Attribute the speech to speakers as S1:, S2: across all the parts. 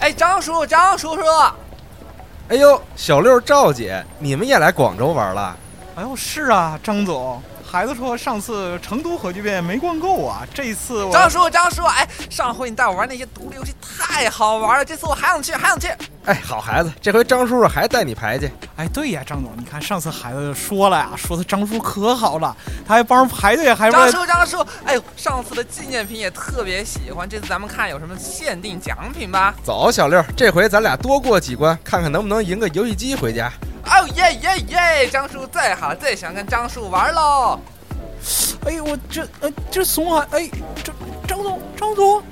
S1: 哎，张叔叔，张叔叔，
S2: 哎呦，小六、赵姐，你们也来广州玩了？
S3: 哎呦，是啊，张总，孩子说上次成都核聚变没逛够啊，这一次我
S1: 张叔叔，张叔叔，哎，上回你带我玩那些独立游戏太好玩了，这次我还想去，还想去。
S2: 哎，好孩子，这回张叔叔还带你排去。
S3: 哎，对呀，张总，你看上次孩子就说了呀，说他张叔可好了，他还帮人排队，还
S1: 张
S3: 问
S1: 叔叔，张叔叔，哎呦，上次的纪念品也特别喜欢，这次咱们看有什么限定奖品吧。
S2: 走，小六，这回咱俩多过几关，看看能不能赢个游戏机回家。
S1: 哦耶耶耶！张叔叔最好了，最想跟张叔玩喽。
S3: 哎呦，我这呃这怂啊，哎，这张总，张总，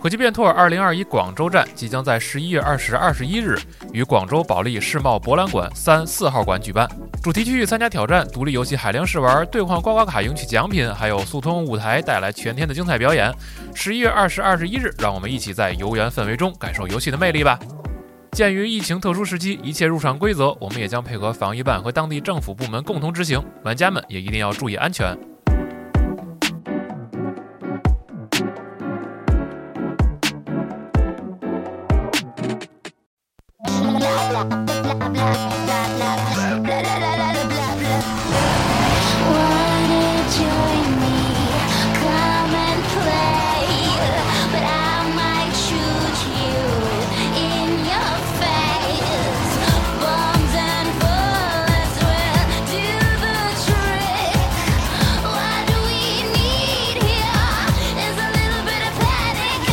S4: 核聚变 tour 二零二一广州站即将在十一月二十、二十一日于广州保利世贸博览馆三四号馆举办。主题区域参加挑战、独立游戏海量试玩、兑换刮刮卡赢取奖品，还有速通舞台带来全天的精彩表演。十一月二十、二十一日，让我们一起在游园氛围中感受游戏的魅力吧。鉴于疫情特殊时期，一切入场规则我们也将配合防疫办和当地政府部门共同执行，玩家们也一定要注意安全。
S5: Wanna join me? Come and play, but I might shoot you in your face. Bombs and bullets will do the trick. What we need here is a little bit of panic.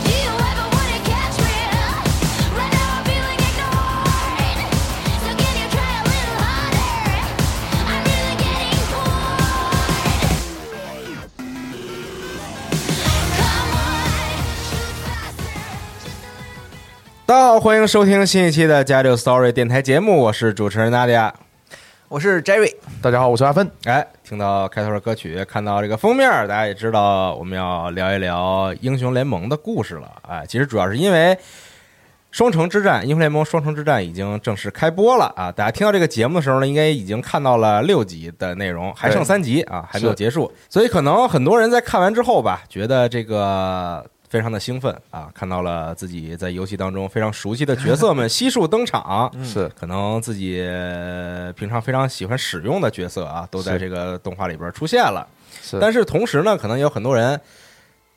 S5: Do you ever wanna catch me? Right now I'm feeling ignored. So can you try a little harder? I'm really getting bored. Come on, shoot faster.
S2: 大家好，欢迎收听新一期的《家六 Story》电台节目，我是主持人娜迪亚。
S1: 我是 Jerry，
S6: 大家好，我是阿芬。
S2: 哎，听到开头的歌曲，看到这个封面，大家也知道我们要聊一聊《英雄联盟》的故事了。哎，其实主要是因为《双城之战》《英雄联盟：双城之战》已经正式开播了啊！大家听到这个节目的时候呢，应该已经看到了六集的内容，还剩
S6: 对
S2: 三集啊，还没有
S6: 是
S2: 结束。所以可能很多人在看完之后吧，觉得这个。非常的兴奋啊！看到了自己在游戏当中非常熟悉的角色 们悉数登场，
S6: 是
S2: 可能自己呃平常非常喜欢使用的角色啊，都在
S6: 是
S2: 这个动画里边出现了。
S6: 是，
S2: 但
S6: 是
S2: 是同时呢，可能有很多人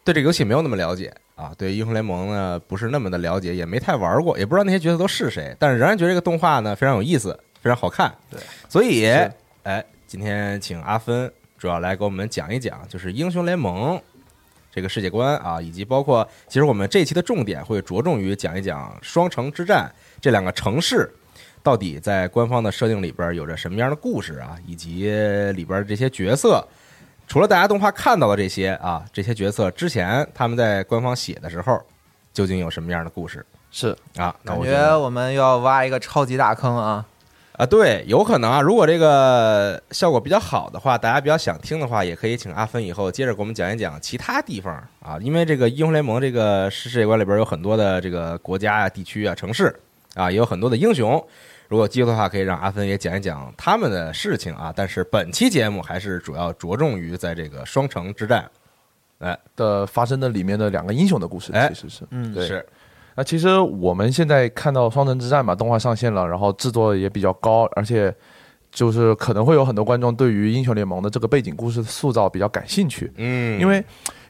S2: 对这个游戏没有那么了解啊，对英雄联盟呢不是那么的了解，也没太玩过，也不知道那些角色都是谁，但是仍然觉得这个动画呢非常有意思，非常好看。
S6: 对，
S2: 所以
S6: 是
S2: 哎，今天请阿芬主要来给我们讲一讲，就是英雄联盟。这个世界观啊，以及包括，其实我们这一期的重点会着重于讲一讲双城之战这两个城市到底在官方的设定里边有着什么样的故事啊，以及里边这些角色，除了大家动画看到的这些啊，这些角色之前他们在官方写的时候究竟有什么样的故事
S6: 是
S2: 啊？那
S7: 感
S2: 我
S7: 觉
S2: 觉得
S7: 我们又要挖一个超级大坑啊！
S2: 啊，对，有可能啊，如果这个效果比较好的话，大家比较想听的话，也可以请阿芬以后接着给我们讲一讲其他地方啊，因为这个英雄联盟这个世界观里边有很多的这个国家啊、地区啊、城市啊，也有很多的英雄。如果有机会的话，可以让阿芬也讲一讲他们的事情啊。但是本期节目还是主要着重于在这个双城之战，
S6: 的发生的里面的两个英雄的故事，
S2: 哎
S6: 其实是，
S7: 嗯
S6: 对。
S2: 是
S6: 那其实我们现在看到《双城之战》嘛，动画上线了，然后制作也比较高，而且就是可能会有很多观众对于英雄联盟的这个背景故事塑造比较感兴趣，
S2: 嗯，
S6: 因为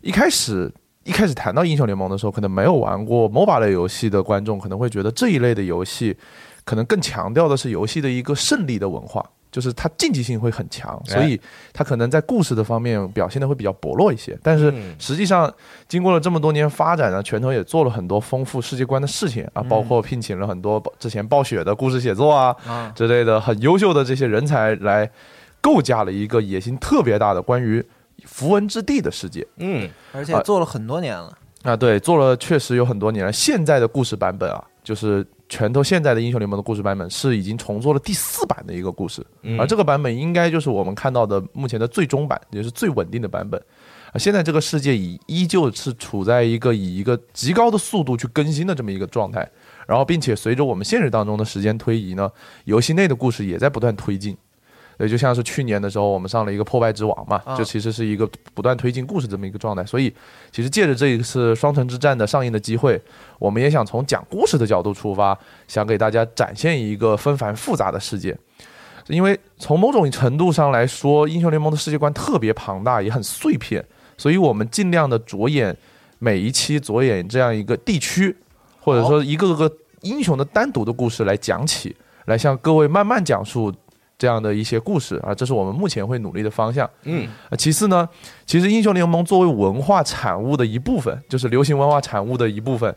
S6: 一开始一开始谈到英雄联盟的时候，可能没有玩过 MOBA 类游戏的观众可能会觉得这一类的游戏可能更强调的是游戏的一个胜利的文化，就是它竞技性会很强，
S2: 哎
S6: 所以它可能在故事的方面表现的会比较薄弱一些。但是
S2: 嗯
S6: 实际上，经过了这么多年发展呢，啊拳头也做了很多丰富世界观的事情啊，包括聘请了很多之前暴雪的故事写作啊，
S7: 啊，
S6: 之类的很优秀的这些人才来构架了一个野心特别大的关于符文之地的世界
S2: 嗯
S7: 而且做了很多年了，
S6: 啊。对，做了确实有很多年了。现在的故事版本啊，就是拳头现在的英雄联盟的故事版本是已经重做了第四版的一个故事，
S2: 嗯
S6: 而这个版本应该就是我们看到的目前的最终版，也是最稳定的版本。啊，现在这个世界已依旧是处在一个以一个极高的速度去更新的这么一个状态，然后并且随着我们现实当中的时间推移呢，游戏内的故事也在不断推进。对，就像是去年的时候，我们上了一个破败之王嘛，
S7: 啊
S6: 就其实是一个不断推进故事这么一个状态。所以，其实借着这一次双城之战的上映的机会，我们也想从讲故事的角度出发，想给大家展现一个纷繁复杂的世界。因为从某种程度上来说，英雄联盟的世界观特别庞大，也很碎片，所以我们尽量的着眼每一期着眼这样一个地区，或者说一个个英雄的单独的故事来讲起，来向各位慢慢讲述这样的一些故事啊，这是我们目前会努力的方向。
S2: 嗯，
S6: 呃其次呢，其实英雄联盟作为文化产物的一部分，就是流行文化产物的一部分，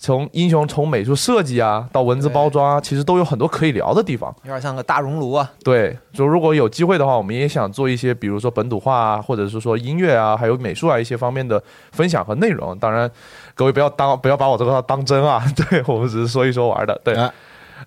S6: 从英雄从美术设计啊到文字包装啊，其实都有很多可以聊的地方。
S7: 有点像个大熔炉啊，
S6: 对，就如果有机会的话，我们也想做一些，比如说本土化啊，或者是说音乐啊，还有美术啊一些方面的分享和内容。当然，各位不要当不要把我这个话当真啊， 对我们只是说一说玩的。对，
S2: 哎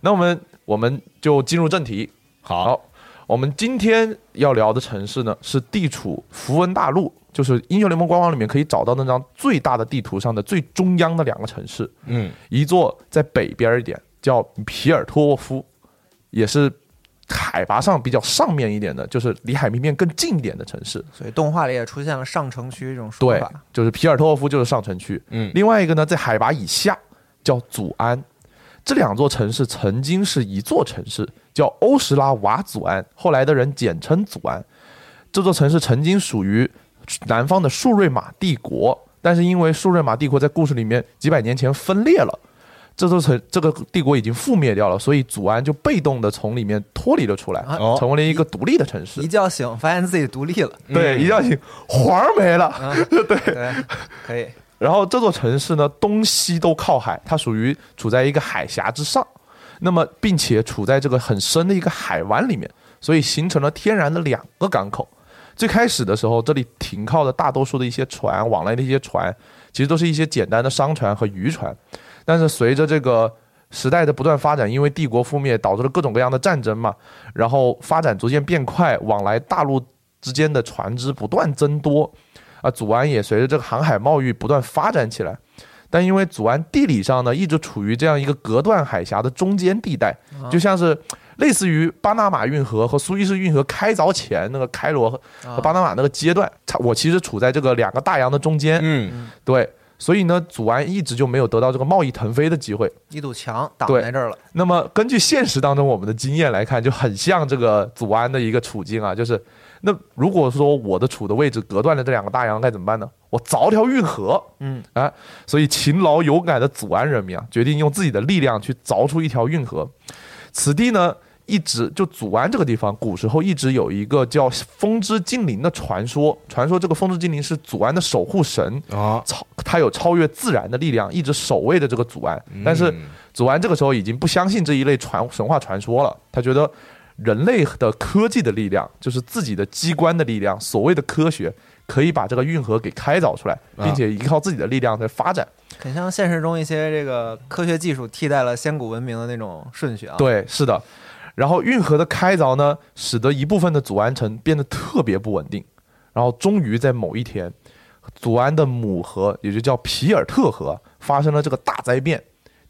S6: 那我们我们就进入正题。
S2: 好，
S6: 好，我们今天要聊的城市呢，是地处符文大陆，就是英雄联盟官网里面可以找到那张最大的地图上的最中央的两个城市，
S2: 嗯，
S6: 一座在北边一点，叫皮尔托沃夫，也是海拔上比较上面一点的，就是离海平面更近一点的城市。
S7: 所以动画里也出现了上城区这种说
S6: 对
S7: 法。，
S6: 就是皮尔托沃夫就是上城区。
S2: 嗯
S6: 另外一个呢，在海拔以下叫祖安。这两座城市曾经是一座城市，叫欧什拉瓦祖安，后来的人简称祖安。这座城市曾经属于南方的述瑞玛帝国，但是因为述瑞玛帝国在故事里面几百年前分裂了，这座城这个帝国已经覆灭掉了，所以祖安就被动的从里面脱离了出来，
S7: 啊
S2: 哦
S6: 成为了一个独立的城市
S7: 一。嗯觉醒发现自己独 立了，
S6: 对，一觉醒，环儿没了。
S7: 啊、对，可以，
S6: 然后这座城市呢，东西都靠海，它属于处在一个海峡之上，那么并且处在这个很深的一个海湾里面，所以形成了天然的两个港口。最开始的时候，这里停靠的大多数的一些船，往来的一些船，其实都是一些简单的商船和渔船。但是随着这个时代的不断发展，因为帝国覆灭导致了各种各样的战争嘛，然后发展逐渐变快，往来大陆之间的船只不断增多，啊，祖安也随着这个航海贸易不断发展起来。但因为祖安地理上呢，一直处于这样一个隔断海峡的中间地带，就像是类似于巴拿马运河和苏伊士运河开凿前那个开罗和
S7: 啊
S6: 和巴拿马那个阶段，它我其实处在这个两个大洋的中间，
S2: 嗯，
S6: 对，所以呢，祖安一直就没有得到这个贸易腾飞的机会。
S7: 一堵墙挡
S6: 对
S7: 在这儿了，
S6: 那么根据现实当中我们的经验来看，就很像这个祖安的一个处境啊，就是那如果说我的处的位置隔断了这两个大洋，该怎么办呢？我凿条运河，
S7: 嗯，
S6: 啊，所以勤劳勇敢的祖安人民啊，决定用自己的力量去凿出一条运河。此地呢，一直就祖安这个地方，古时候一直有一个叫风之精灵的传说，传说这个风之精灵是祖安的守护神，
S2: 哦，
S6: 超他有超越自然的力量，一直守卫着这个祖安，但是。
S2: 嗯
S6: 祖安这个时候已经不相信这一类传神话传说了，他觉得人类的科技的力量，就是自己的机关的力量，所谓的科学，可以把这个运河给开凿出来，
S2: 啊
S6: 并且依靠自己的力量在发展。
S7: 很像现实中一些这个科学技术替代了先古文明的那种顺序啊。，
S6: 对，是的。然后运河的开凿呢，使得一部分的祖安城变得特别不稳定。然后终于在某一天，祖安的母河，也就叫皮尔特河，发生了这个大灾变，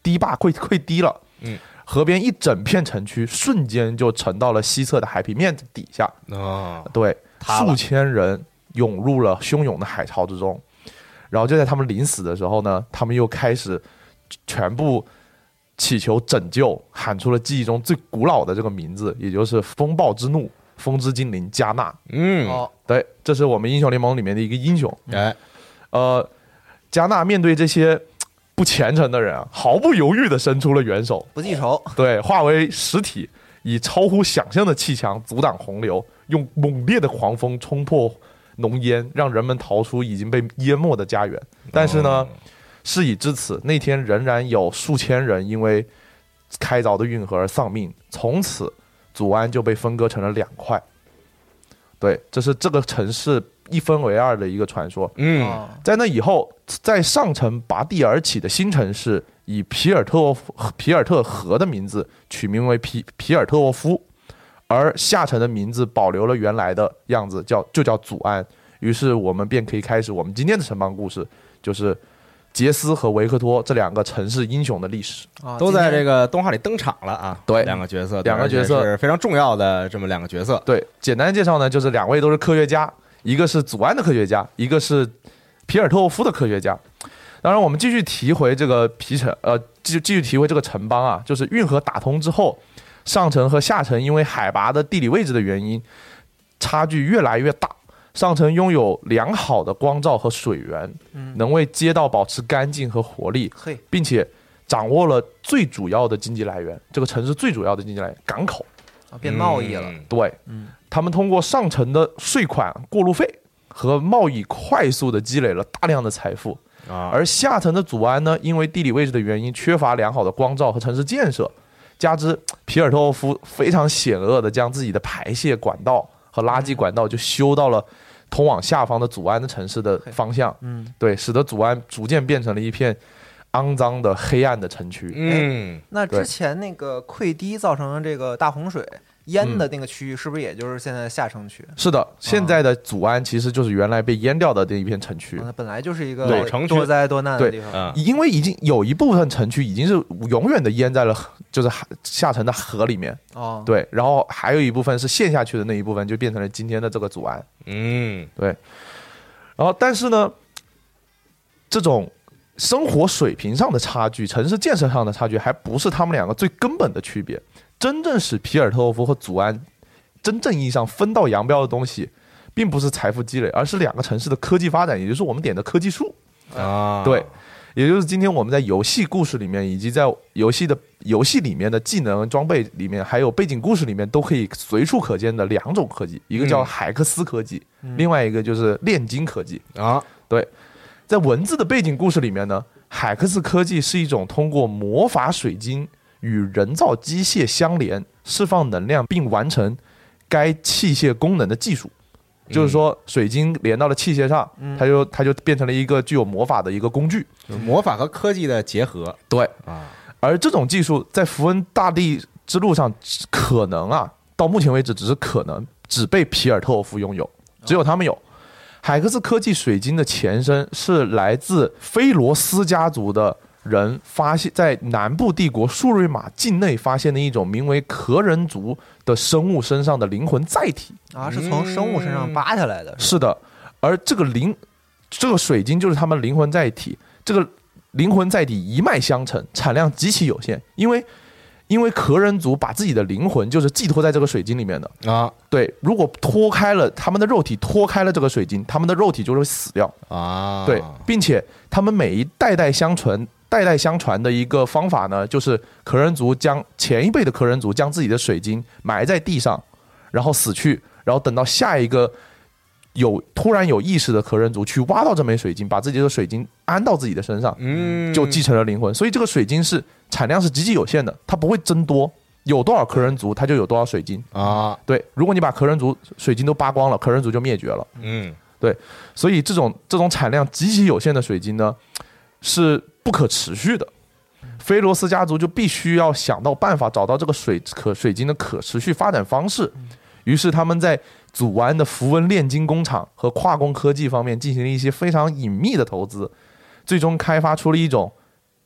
S6: 堤坝溃溃堤了。
S2: 嗯，
S6: 河边一整片城区瞬间就沉到了西侧的海平面底下。
S2: 哦，
S6: 对，
S2: 塌了
S6: 数千人涌入了汹涌的海潮之中，然后就在他们临死的时候呢，他们又开始全部祈求拯救，喊出了记忆中最古老的这个名字，也就是风暴之怒、风之精灵加纳。
S2: 嗯，
S7: 哦，
S6: 对，这是我们英雄联盟里面的一个英雄。
S2: 哎，
S6: 呃，加纳面对这些嘖不虔诚的人啊，毫不犹豫地伸出了援手，
S7: 不记仇，
S6: 对，化为实体，以超乎想象的气墙阻挡洪流，用猛烈的狂风冲破浓烟，让人们逃出已经被淹没的家园。
S2: 哦
S6: 但是呢，事已至此，那天仍然有数千人因为开凿的运河而丧命。从此，祖安就被分割成了两块。对，这是这个城市一分为二的一个传说。
S2: 嗯，
S7: 啊，
S6: 在那以后，在上层拔地而起的新城市，以皮尔特沃夫皮尔特河的名字取名为皮皮尔特沃夫，而下城的名字保留了原来的样子，叫就叫祖安。于是我们便可以开始我们今天的城邦故事，就是杰斯和维克托这两个城市英雄的历史。
S7: 啊
S2: 嗯都在这
S7: 个
S2: 个动画里登场了啊。
S6: 对
S2: 两个角色，
S6: 两个
S2: 而且
S6: 角色
S2: 是非常重要的这么两个角色。
S6: 对，简单介绍呢，就是两位都是科学家，一个是祖安的科学家，一个是皮尔特沃夫的科学家。当然，我们继续提回这个皮城，呃，继继续提回这个城邦啊，就是运河打通之后，上城和下城因为海拔的地理位置的原因，差距越来越大。上城拥有良好的光照和水源，能为街道保持干净和活力，
S7: 嘿，
S6: 并且掌握了最主要的经济来源，这个城市最主要的经济来源港口。
S7: 啊变贸易了，
S2: 嗯
S6: 对，他们通过上层的税款、过路费和贸易，快速的积累了大量的财富。
S2: 啊，
S6: 而下层的祖安呢，因为地理位置的原因，缺乏良好的光照和城市建设，加之皮尔特沃夫非常险恶的将自己的排泄管道和垃圾管道就修到了通往下方的祖安的城市的方向，
S7: 嗯，
S6: 对，使得祖安逐渐变成了一片肮脏的黑暗的城区。
S2: 嗯，
S7: 那
S6: 对
S7: 之前那个溃堤造成的这个大洪水淹
S2: 嗯
S7: 的那个区域，是不是也就是现在的下城区？
S6: 是的，现在的祖安其实就是原来被淹掉的这一片城区
S7: 啊。它本来就是一个
S2: 老城区
S7: 多灾多难的
S6: 对
S7: 地方，
S2: 嗯，
S6: 因为已经有一部分城区已经是永远的淹在了河就是海下沉的河里面，
S7: 哦，
S6: 对，然后还有一部分是陷下去的那一部分就变成了今天的这个祖安，
S2: 嗯，
S6: 然后但是呢，这种生活水平上的差距、城市建设上的差距还不是他们两个最根本的区别，真正使皮尔特沃夫和祖安真正意义上分道扬镳的东西。并不是财富积累，而是两个城市的科技发展，也就是我们点的科技树。
S2: 啊，
S6: 对，也就是今天我们在游戏故事里面，以及在游戏的游戏里面的技能装备里面，还有背景故事里面，都可以随处可见的两种科技，一个叫
S2: 嗯
S6: 海克斯科技，另外一个就是炼金科技。
S2: 啊，
S6: 在文字的背景故事里面呢，海克斯科技是一种通过魔法水晶与人造机械相连，释放能量并完成该器械功能的技术。就是说，水晶连到了器械上，它就它就变成了一个具有魔法的一个工具。
S2: 就是魔法和科技的结合
S6: 对，
S2: 啊，
S6: 而这种技术在符文大地之路上，可能啊，到目前为止只是可能，只被皮尔特沃夫拥有，只有他们有。海克斯科技水晶的前身是来自菲罗斯家族的人发现，在南部帝国苏瑞玛境内发现的一种名为壳人族的生物身上的灵魂载体。
S7: 啊，是从生物身
S2: 嗯
S7: 上扒下来的，
S6: 是的，而这个灵，这个水晶就是他们灵魂载体，这个灵魂载体一脉相承，产量极其有限，因为因为壳人族把自己的灵魂就是寄托在这个水晶里面的，
S2: 啊
S6: 对，如果脱开了他们的肉体，脱开了这个水晶，他们的肉体就会死掉，
S2: 啊，
S6: 对，并且他们每一代代相传。代代相传的一个方法呢，就是壳人族将前一辈的壳人族将自己的水晶埋在地上，然后死去，然后等到下一个有突然有意识的壳人族去挖到这枚水晶，把自己的水晶安到自己的身上，
S2: 嗯，
S6: 就继承了灵魂。所以这个水晶是产量是极其有限的，它不会增多，有多少壳人族它就有多少水晶。
S2: 啊，
S6: 对，如果你把壳人族水晶都扒光了，壳人族就灭绝了。
S2: 嗯，
S6: 所以这种这种产量极其有限的水晶呢，是不可持续的。菲罗斯家族就必须要想到办法找到这个水可水晶的可持续发展方式。于是他们在祖安的符文炼金工厂和跨工科技方面进行了一些非常隐秘的投资，最终开发出了一种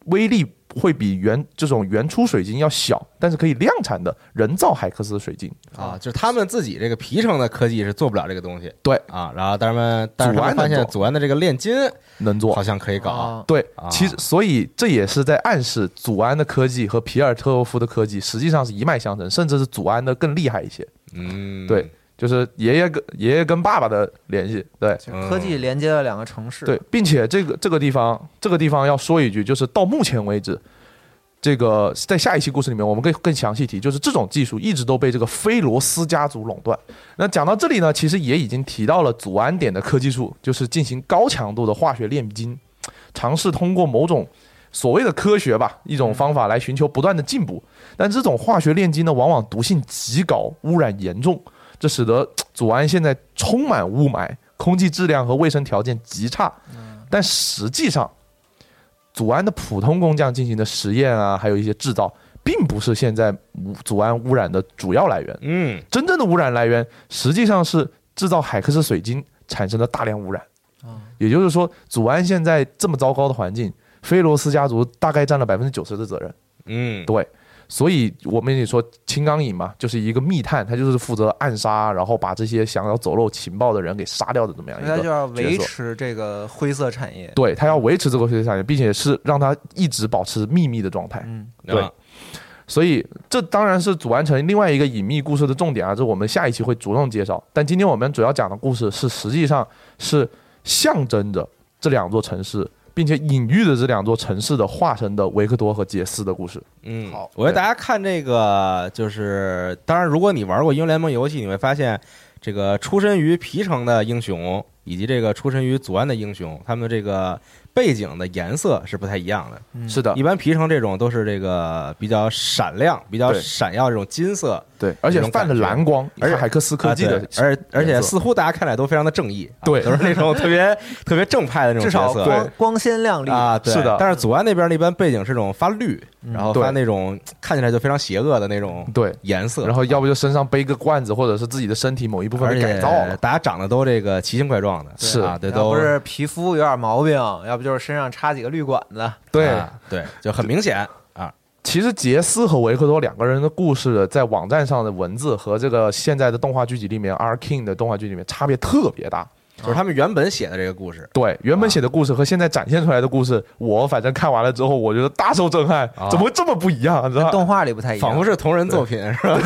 S6: 威力会比原这种原初水晶要小，但是可以量产的人造海克斯水晶。
S2: 啊，就是他们自己这个皮城的科技是做不了这个东西，
S6: 对
S2: 啊，然后他们但是他们
S6: 祖安能
S2: 发现
S6: 做
S2: 祖安的这个炼金
S6: 能做
S2: 好像可以搞，
S7: 啊，
S6: 对
S2: 啊，
S6: 其实所以这也是在暗示祖安的科技和皮尔特沃夫的科技实际上是一脉相承，甚至是祖安的更厉害一些。
S2: 嗯，
S6: 对，就是爷爷跟爷爷跟爸爸的联系，对
S7: 就科技连接了两个城
S6: 嗯
S7: 市，
S6: 对，并且这个这个地方这个地方要说一句，就是到目前为止。这个在下一期故事里面，我们更更详细提，就是这种技术一直都被这个菲罗斯家族垄断。那讲到这里呢，其实也已经提到了祖安点的科技树，就是进行高强度的化学炼金，尝试通过某种所谓的科学吧，一种方法来寻求不断的进步。但这种化学炼金呢，往往毒性极高，污染严重，这使得嘖祖安现在充满雾霾，空气质量和卫生条件极差。但实际上，祖安的普通工匠进行的实验啊，还有一些制造，并不是现在污祖安污染的主要来源。
S2: 嗯，
S6: 真正的污染来源实际上是制造海克斯水晶产生的大量污染。也就是说，祖安现在这么糟糕的环境，菲罗斯家族大概占了百分之九十的责任。
S2: 嗯，
S6: 所以我们也说青钢影嘛，就是一个密探，他就是负责暗杀，然后把这些想要走漏情报的人给杀掉的这么样一
S7: 他就
S6: 个。
S7: 要维
S6: 角色
S7: 持这个灰色产业。
S6: 对他要维持这个学习产业，并且是让他一直保持秘密的状态。
S7: 嗯，
S6: 对
S2: 啊
S6: 所以这当然是组完成另外一个隐秘故事的重点啊，这我们下一期会着重介绍。但今天我们主要讲的故事是实际上是象征着这两座城市，并且隐喻着这两座城市的化身的维克多和杰斯的故事。
S2: 嗯，
S6: 好
S2: 我觉得大家看这个就是，当然，如果你玩过英雄联盟游戏，你会发现，这个出身于皮城的英雄以及这个出身于祖安的英雄，他们这个背景的颜色是不太一样的。
S7: 嗯
S6: 是的
S2: 一，般皮城这种都是这个比较闪亮、比较
S6: 对
S2: 闪耀这种金色，
S6: 对，而且泛着蓝光，
S2: 而且
S6: 海克斯科技
S2: 啊
S6: 的
S2: 对，而而且
S6: 颜色
S2: 似乎大家看起来都非常的正义，啊
S6: 对
S2: 都是那种特别特别正派的那种
S7: 至
S2: 角
S7: 少
S2: 色，
S7: 光光鲜亮丽。
S2: 啊，对
S6: 是的嗯
S2: 但是祖安那边那边背景是那种发绿，然后
S6: 对
S2: 发那种看起来就非常邪恶的那种
S6: 对，
S2: 颜色，
S6: 然后要不就身上背个罐子，或者是自己的身体某一部分
S2: 而
S6: 被
S2: 且
S6: 改造了。
S2: 大家长得都这个奇形怪状的，
S6: 是
S2: 啊，对，
S7: 要
S2: 都
S7: 不是皮肤有点毛病，要不就是身上插几个绿管子。
S6: 对，
S2: 啊对，就很明显啊，
S6: 其实杰斯和维克多两个人的故事，在网站上的文字和这个现在的动画剧集里面 R King 的动画剧里面差别特别大。
S2: 就是他们原本写的这个故事，
S6: 对，原本写的故事和现在展现出来的故事，我反正看完了之后，我觉得大受震撼
S2: 啊，
S6: 怎么会这么不一样？你知道吧？
S7: 动画里不太一样，
S2: 仿佛是同人作品是 吧？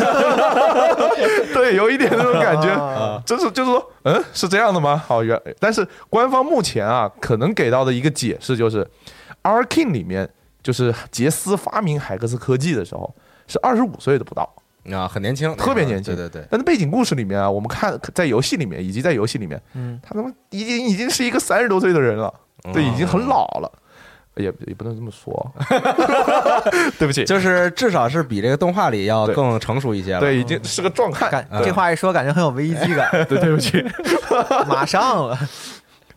S6: 对，有一点那种感觉。
S7: 啊
S6: 就是就是说，嗯，是这样的吗？好原，但是官方目前啊，可能给到的一个解释就是，R King 里面就是杰斯发明海克斯科技的时候是二十五岁都不到，
S2: 啊，很年轻，
S6: 特别年轻
S2: 对对对。
S6: 但是背景故事里面啊，我们看在游戏里面以及在游戏里面，
S7: 嗯，
S6: 他他妈已经已经是一个三十多岁的人了，对，
S2: 嗯
S6: 已经很老了，也也不能这么说， 对不起，
S2: 就是至少是比这个动画里要
S6: 对
S2: 更成熟一些了。嗯
S6: 对，已经是个壮汉，
S7: 感这话一说，感觉很有危机 感。
S6: 对，对不起。
S7: 马上了，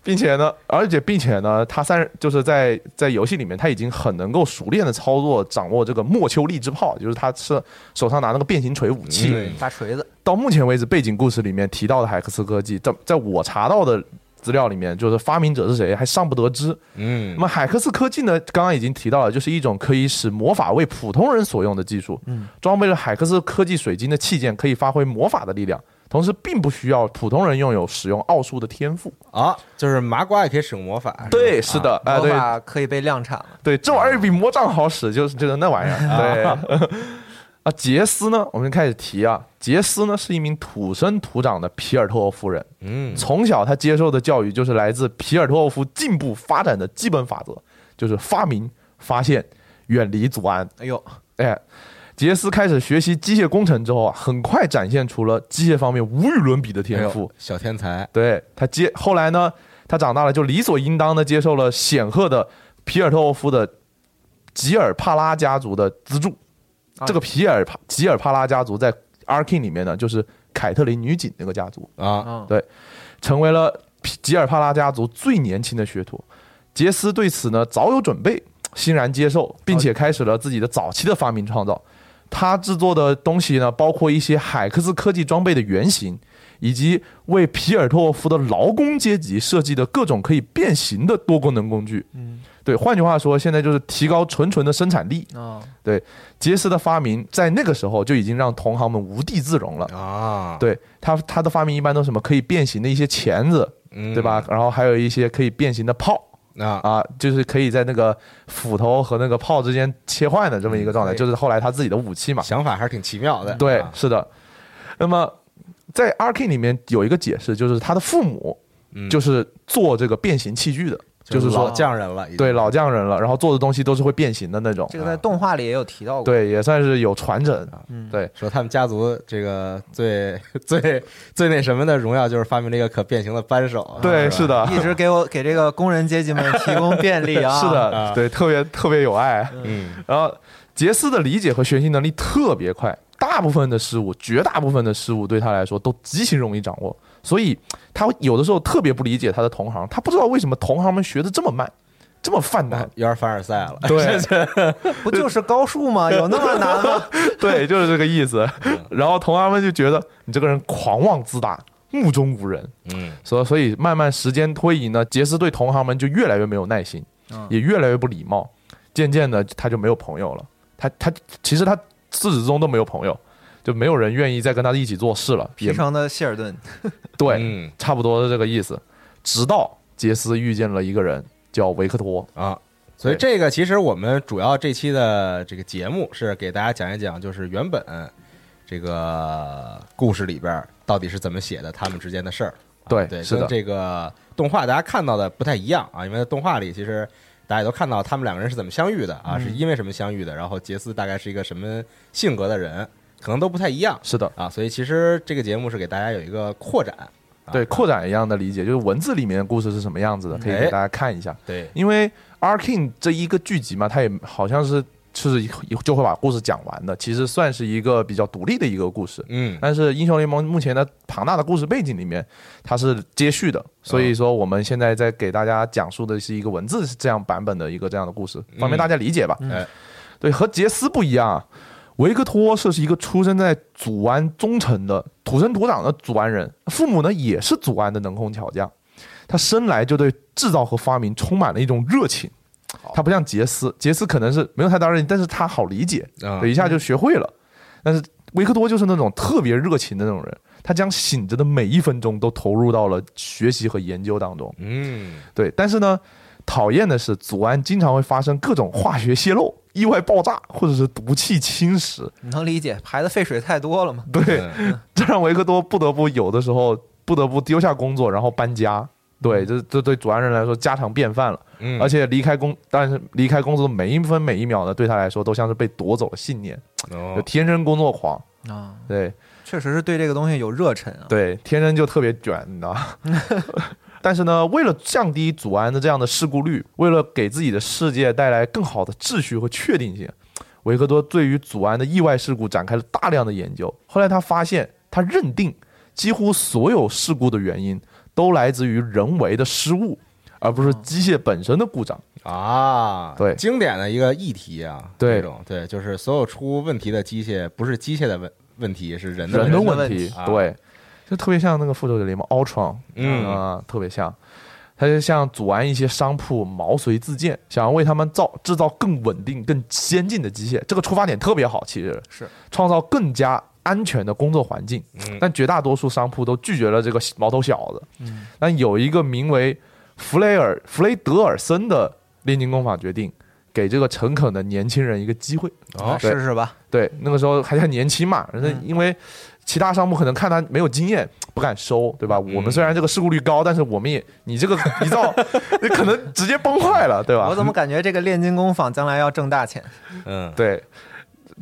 S6: 并且呢，而且并且呢，他三就是在在游戏里面，他已经很能够熟练的操作掌握这个墨丘利之炮，就是他是手上拿那个变形锤武器。
S2: 嗯
S7: 大锤子，
S6: 到目前为止，背景故事里面提到的海克斯科技，在在我查到的资料里面，就是发明者是谁还尚不得知。
S2: 嗯
S6: 那，么海克斯科技呢，刚刚已经提到了，就是一种可以使魔法为普通人所用的技术。
S7: 嗯，
S6: 装备了海克斯科技水晶的器件可以发挥魔法的力量，同时并不需要普通人拥有使用奥术的天赋。
S2: 啊，就是麻瓜也可以使用魔法。
S6: 对，
S2: 吧啊
S6: 是，的，哎、
S7: 魔
S6: 对，
S7: 法可以被量产了。
S6: 对，这玩意儿比魔杖好使，就是就是那玩意 儿。对，啊，杰斯呢，我们就开始提啊，杰斯呢是一名土生土长的皮尔托夫人，
S2: 嗯
S6: 从小他接受的教育就是来自皮尔托夫进步发展的基本法则，就是发明、发现、远离阻碍。
S7: 哎呦，
S6: 哎，杰斯开始学习机械工程之后啊，很快展现出了机械方面无与伦比的
S2: 哎
S6: 天
S2: 呦
S6: 赋。
S2: 小天才，
S6: 对他接后来呢，他长大了就理所应当的接受了显赫的皮尔特沃夫的吉尔帕拉家族的资助。
S7: 啊
S6: 这个皮尔帕吉尔帕拉家族在 R King 里面呢，就是凯特琳女警那个家族，
S2: 啊，
S7: 嗯，
S6: 对成为了皮吉尔帕拉家族最年轻的学徒。杰斯对此呢早有准备，欣然接受，并且开始了自己的早期的发明创造。他制作的东西呢，包括一些海克斯科技装备的原型，以及为皮尔托夫的劳工阶级设计的各种可以变形的多功能工具。
S7: 嗯，
S6: 对，换句话说，现在就是提高纯纯的生产力。
S7: 啊，
S6: 杰斯的发明在那个时候就已经让同行们无地自容了。
S2: 啊，
S6: 对他，他的发明一般都是什么可以变形的一些钳子，
S2: 对
S6: 对吧？？然后还有一些可以变形的炮
S2: 啊，
S6: 啊，就是可以在那个斧头和那个炮之间切换的这么一个状态，
S7: 嗯对
S6: 就是后来他自己的武器嘛。
S2: 想法还是挺奇妙的。
S6: 对
S2: 啊，
S6: 是的。那么在 R K 里面有一个解释，就是他的父母
S2: 嗯
S6: 就是做这个变形器具的，就是
S2: 老
S6: 说
S2: 匠人了，已经
S6: 对老匠人了，然后做的东西都是会变形的那种
S7: 这。个在动画里也有提到过。
S6: 对，也算是有传承。
S7: 嗯
S6: 对，
S2: 说他们家族这个最最最那什么的荣耀就是发明了一个可变形的扳手。
S6: 对，是
S2: 是吧，
S6: 的，
S7: 一直给我给这个工人阶级们提供便 利啊。
S6: 是
S2: 啊
S6: 的，对，特别特别有爱。
S2: 嗯
S6: 然后杰斯的理解和学习能力特别快，大部分的事物，绝大部分的事物对他来说都极其容易掌握，所以他有的时候特别不理解他的同行，他不知道为什么同行们学的这么慢， 这么泛滥。
S2: 有点凡尔赛了。
S6: 对
S7: 不就是高数吗？有那 么难吗？
S6: 对，就是这个意思。然后同行们就觉得你这个人狂妄自大，目中无人。
S2: 嗯，
S6: 所所以慢慢时间推移呢，杰斯对同行们就越来越没有耐心，
S7: 嗯
S6: 也越来越不礼貌，渐渐的他就没有朋友了。他他其实他自始至终都没有朋友，就没有人愿意再跟他一起做事了。
S7: 皮
S6: 也
S7: 城的谢尔顿，
S6: 对，
S2: 嗯
S6: 差不多是这个意思。直到杰斯遇见了一个人叫维克托，
S2: 啊。所以这个其实我们主要这期的这个节目是给大家讲一讲，就是原本这个故事里边到底是怎么写的，他们之间的事儿。啊
S6: 对
S2: 对，
S6: 是的
S2: 跟这个动画大家看到的不太一样啊，因为动画里其实大家也都看到他们两个人是怎么相遇的啊，
S6: 嗯
S2: 是因为什么相遇的，然后杰斯大概是一个什么性格的人，可能都不太一样
S6: 是的，
S2: 啊，所以其实这个节目是给大家有一个扩展。啊
S6: 对扩展一样的理解，就是文字里面的故事是什么样子的，可以
S2: 哎
S6: 给大家看一下。
S2: 对，
S6: 因为《Arkin》这一个剧集嘛，它也好像是就是就会把故事讲完的，其实算是一个比较独立的一个故事。
S2: 嗯，
S6: 但是《英雄联盟》目前的庞大的故事背景里面，它是接续的，所以说我们现在在给大家讲述的是一个文字这样版本的一个这样的故事，方便大家理解吧？
S2: 哎
S6: 对，和杰斯不一样啊，维克托是一个出生在祖安忠城的土生土长的祖安人，父母呢也是祖安的能工巧匠，他生来就对制造和发明充满了一种热情。他不像杰斯，杰斯可能是没有太大热情，但是他好理解，
S2: 啊
S6: 对，一下就学会了。但是维克多就是那种特别热情的那种人，他将醒着的每一分钟都投入到了学习和研究当中。
S2: 嗯，
S6: 对，但是呢，讨厌的是祖安经常会发生各种化学泄漏、意外爆炸或者是毒气侵蚀，
S7: 你能理解排的废水太多了吗？
S2: 嗯
S6: 对，这让维克多不得不有的时候不得不丢下工作，然后搬家。对，这这对祖安人来说家常便饭了，
S2: 嗯
S6: 而且离开公，但是离开工作的每一分每一秒呢，对他来说都像是被夺走了信念，
S2: 哦
S6: 就天生工作狂。
S7: 啊，
S6: 对，
S7: 确实是对这个东西有热忱啊。
S6: 对，天生就特别卷，你知道。 但是呢，为了降低祖安的这样的事故率，为了给自己的世界带来更好的秩序和确定性，维克多对于祖安的意外事故展开了大量的研究。后来他发现，他认定几乎所有事故的原因都来自于人为的失误，而不是机械本身的故障。
S2: 啊，
S6: 对
S2: 经典的一个议题啊，
S6: 对
S2: 这种对，就是所有出问题的机械不是机械的问问题，是人的
S6: 人
S2: 问
S6: 的
S2: 题
S6: 问
S7: 人
S6: 题，
S2: 的问题
S6: 对，就特别像那个复仇者联盟 Ultron，
S2: 嗯
S6: 啊，特别像，他就像阻拦一些商铺毛遂自荐，想要为他们造制造更稳定、更先进的机械，这个出发点特别好，其实
S7: 是
S6: 创造更加安全的工作环境，
S2: 嗯
S6: 但绝大多数商铺都拒绝了这个毛头小子。
S7: 嗯，
S6: 但有一个名为弗雷尔弗雷德尔森的炼金工坊决定，给这个诚恳的年轻人一个机会。
S2: 哦
S7: 来试试吧。
S6: 对，那个时候还很年轻嘛，人家
S7: 嗯
S6: 因为其他商铺可能看他没有经验，不敢收，对吧？
S7: 嗯
S6: 我们虽然这个事故率高，但是我们也你这个 一 造，你可能直接崩坏了，对吧？
S7: 我怎么感觉这个炼金工坊将来要挣大钱？
S2: 嗯，
S6: 对？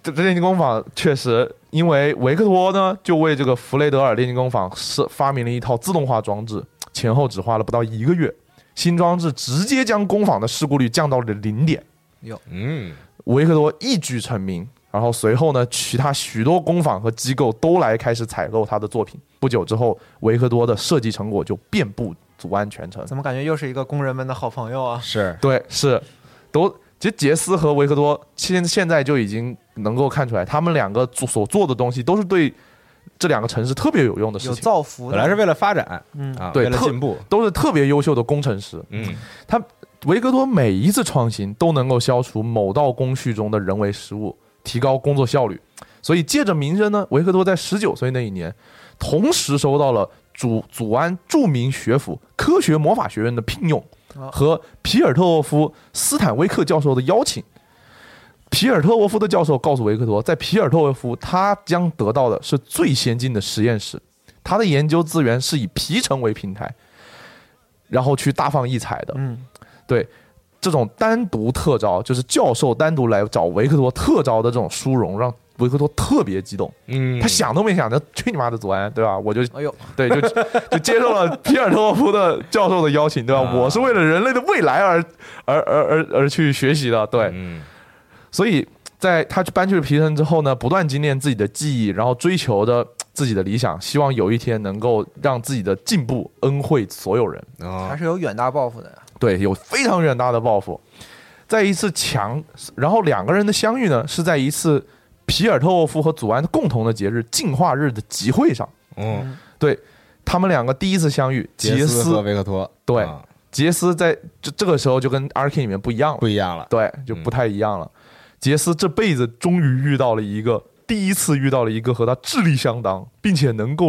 S6: 这这炼金工坊确实，因为维克托呢就为这个弗雷德尔炼金工坊是发明了一套自动化装置，前后只花了不到一个月，新装置直接将工坊的事故率降到了零点。
S2: 嗯，
S6: 维克多一举成名，然后随后呢，其他许多工坊和机构都来开始采购他的作品。不久之后，维克多的设计成果就遍布祖安全城。
S7: 怎么感觉又是一个工人们的好朋友啊？
S2: 是
S6: 对，是，都其实杰斯和维克多现现在就已经能够看出来，他们两个做所做的东西都是对这两个城市特别有用的事
S7: 有
S6: 情，
S7: 造福的，
S2: 本来是为了发展，
S7: 嗯
S2: 啊，
S6: 对
S2: 为了
S6: 特
S2: 进步，
S6: 都是特别优秀的工程师。
S2: 嗯
S6: 维克多每一次创新都能够消除某道工序中的人为失误，提高工作效率。所以借着名声呢，维克多在十九岁那一年，同时收到了祖祖安著名学府科学魔法学院的聘用
S7: 哦
S6: 和皮尔特沃夫斯坦威克教授的邀请。皮尔特沃夫的教授告诉维克多，在皮尔特沃夫，他将得到的是最先进的实验室，他的研究资源是以皮城为平台，然后去大放异彩的。
S7: 嗯，
S6: 这种单独特招，就是教授单独来找维克多特招的这种殊荣，让维克多特别激动。
S2: 嗯，
S6: 他想都没想，就去你妈的祖安， 对吧？我就
S7: 哎呦，
S6: 对，就 就接受了皮尔特沃夫的教授的邀请，对吧？
S2: 啊
S6: 我是为了人类的未来而而而而而去学习的，对。
S2: 嗯
S6: 所以在他搬去了皮城之后呢，不断精炼自己的技艺，然后追求着自己的理想，希望有一天能够让自己的进步恩惠所有人。
S7: 还
S2: 哦，
S7: 是有远大抱负的呀。
S6: 对，有非常远大的抱负。在一次强，然后两个人的相遇呢，是在一次皮尔特沃夫和祖安共同的节日——进化日的集会上。
S2: 嗯，
S6: 对，他们两个第一次相遇，杰
S2: 斯和
S6: 斯
S2: 维克托，
S6: 对
S2: 啊
S6: 杰斯在这这个时候就跟 R K 里面不一样了，
S2: 不一样了。
S6: 对，就不太一样了。杰斯这辈子终于遇到了一个，第一次遇到了一个和他智力相当，并且能够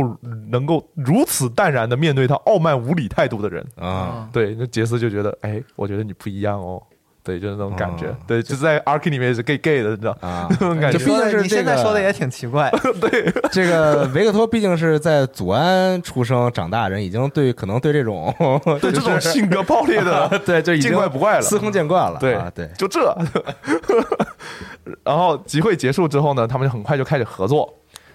S6: 能够如此淡然的面对他傲慢无礼态度的人。
S2: 啊，
S6: 对，那杰斯就觉得，哎，我觉得你不一样哦。对，就是那种感觉。
S2: 哦
S6: 对，就在 R K 里面也是 gay gay 的，你知道，
S2: 啊
S6: 那种感
S2: 这
S6: 觉
S2: 毕。竟是
S7: 你现在
S2: 这个
S7: 说的也挺奇怪，
S2: 这个维克托毕竟是在祖安出生长大的人，已经对可能对这种，
S6: 对，这种性格暴烈的
S2: 对，就已经
S6: 见怪不怪了
S2: 司空见惯了。
S6: 对
S2: 啊对，
S6: 就这。 然后集会结束之后呢，他们就很快就开始合作。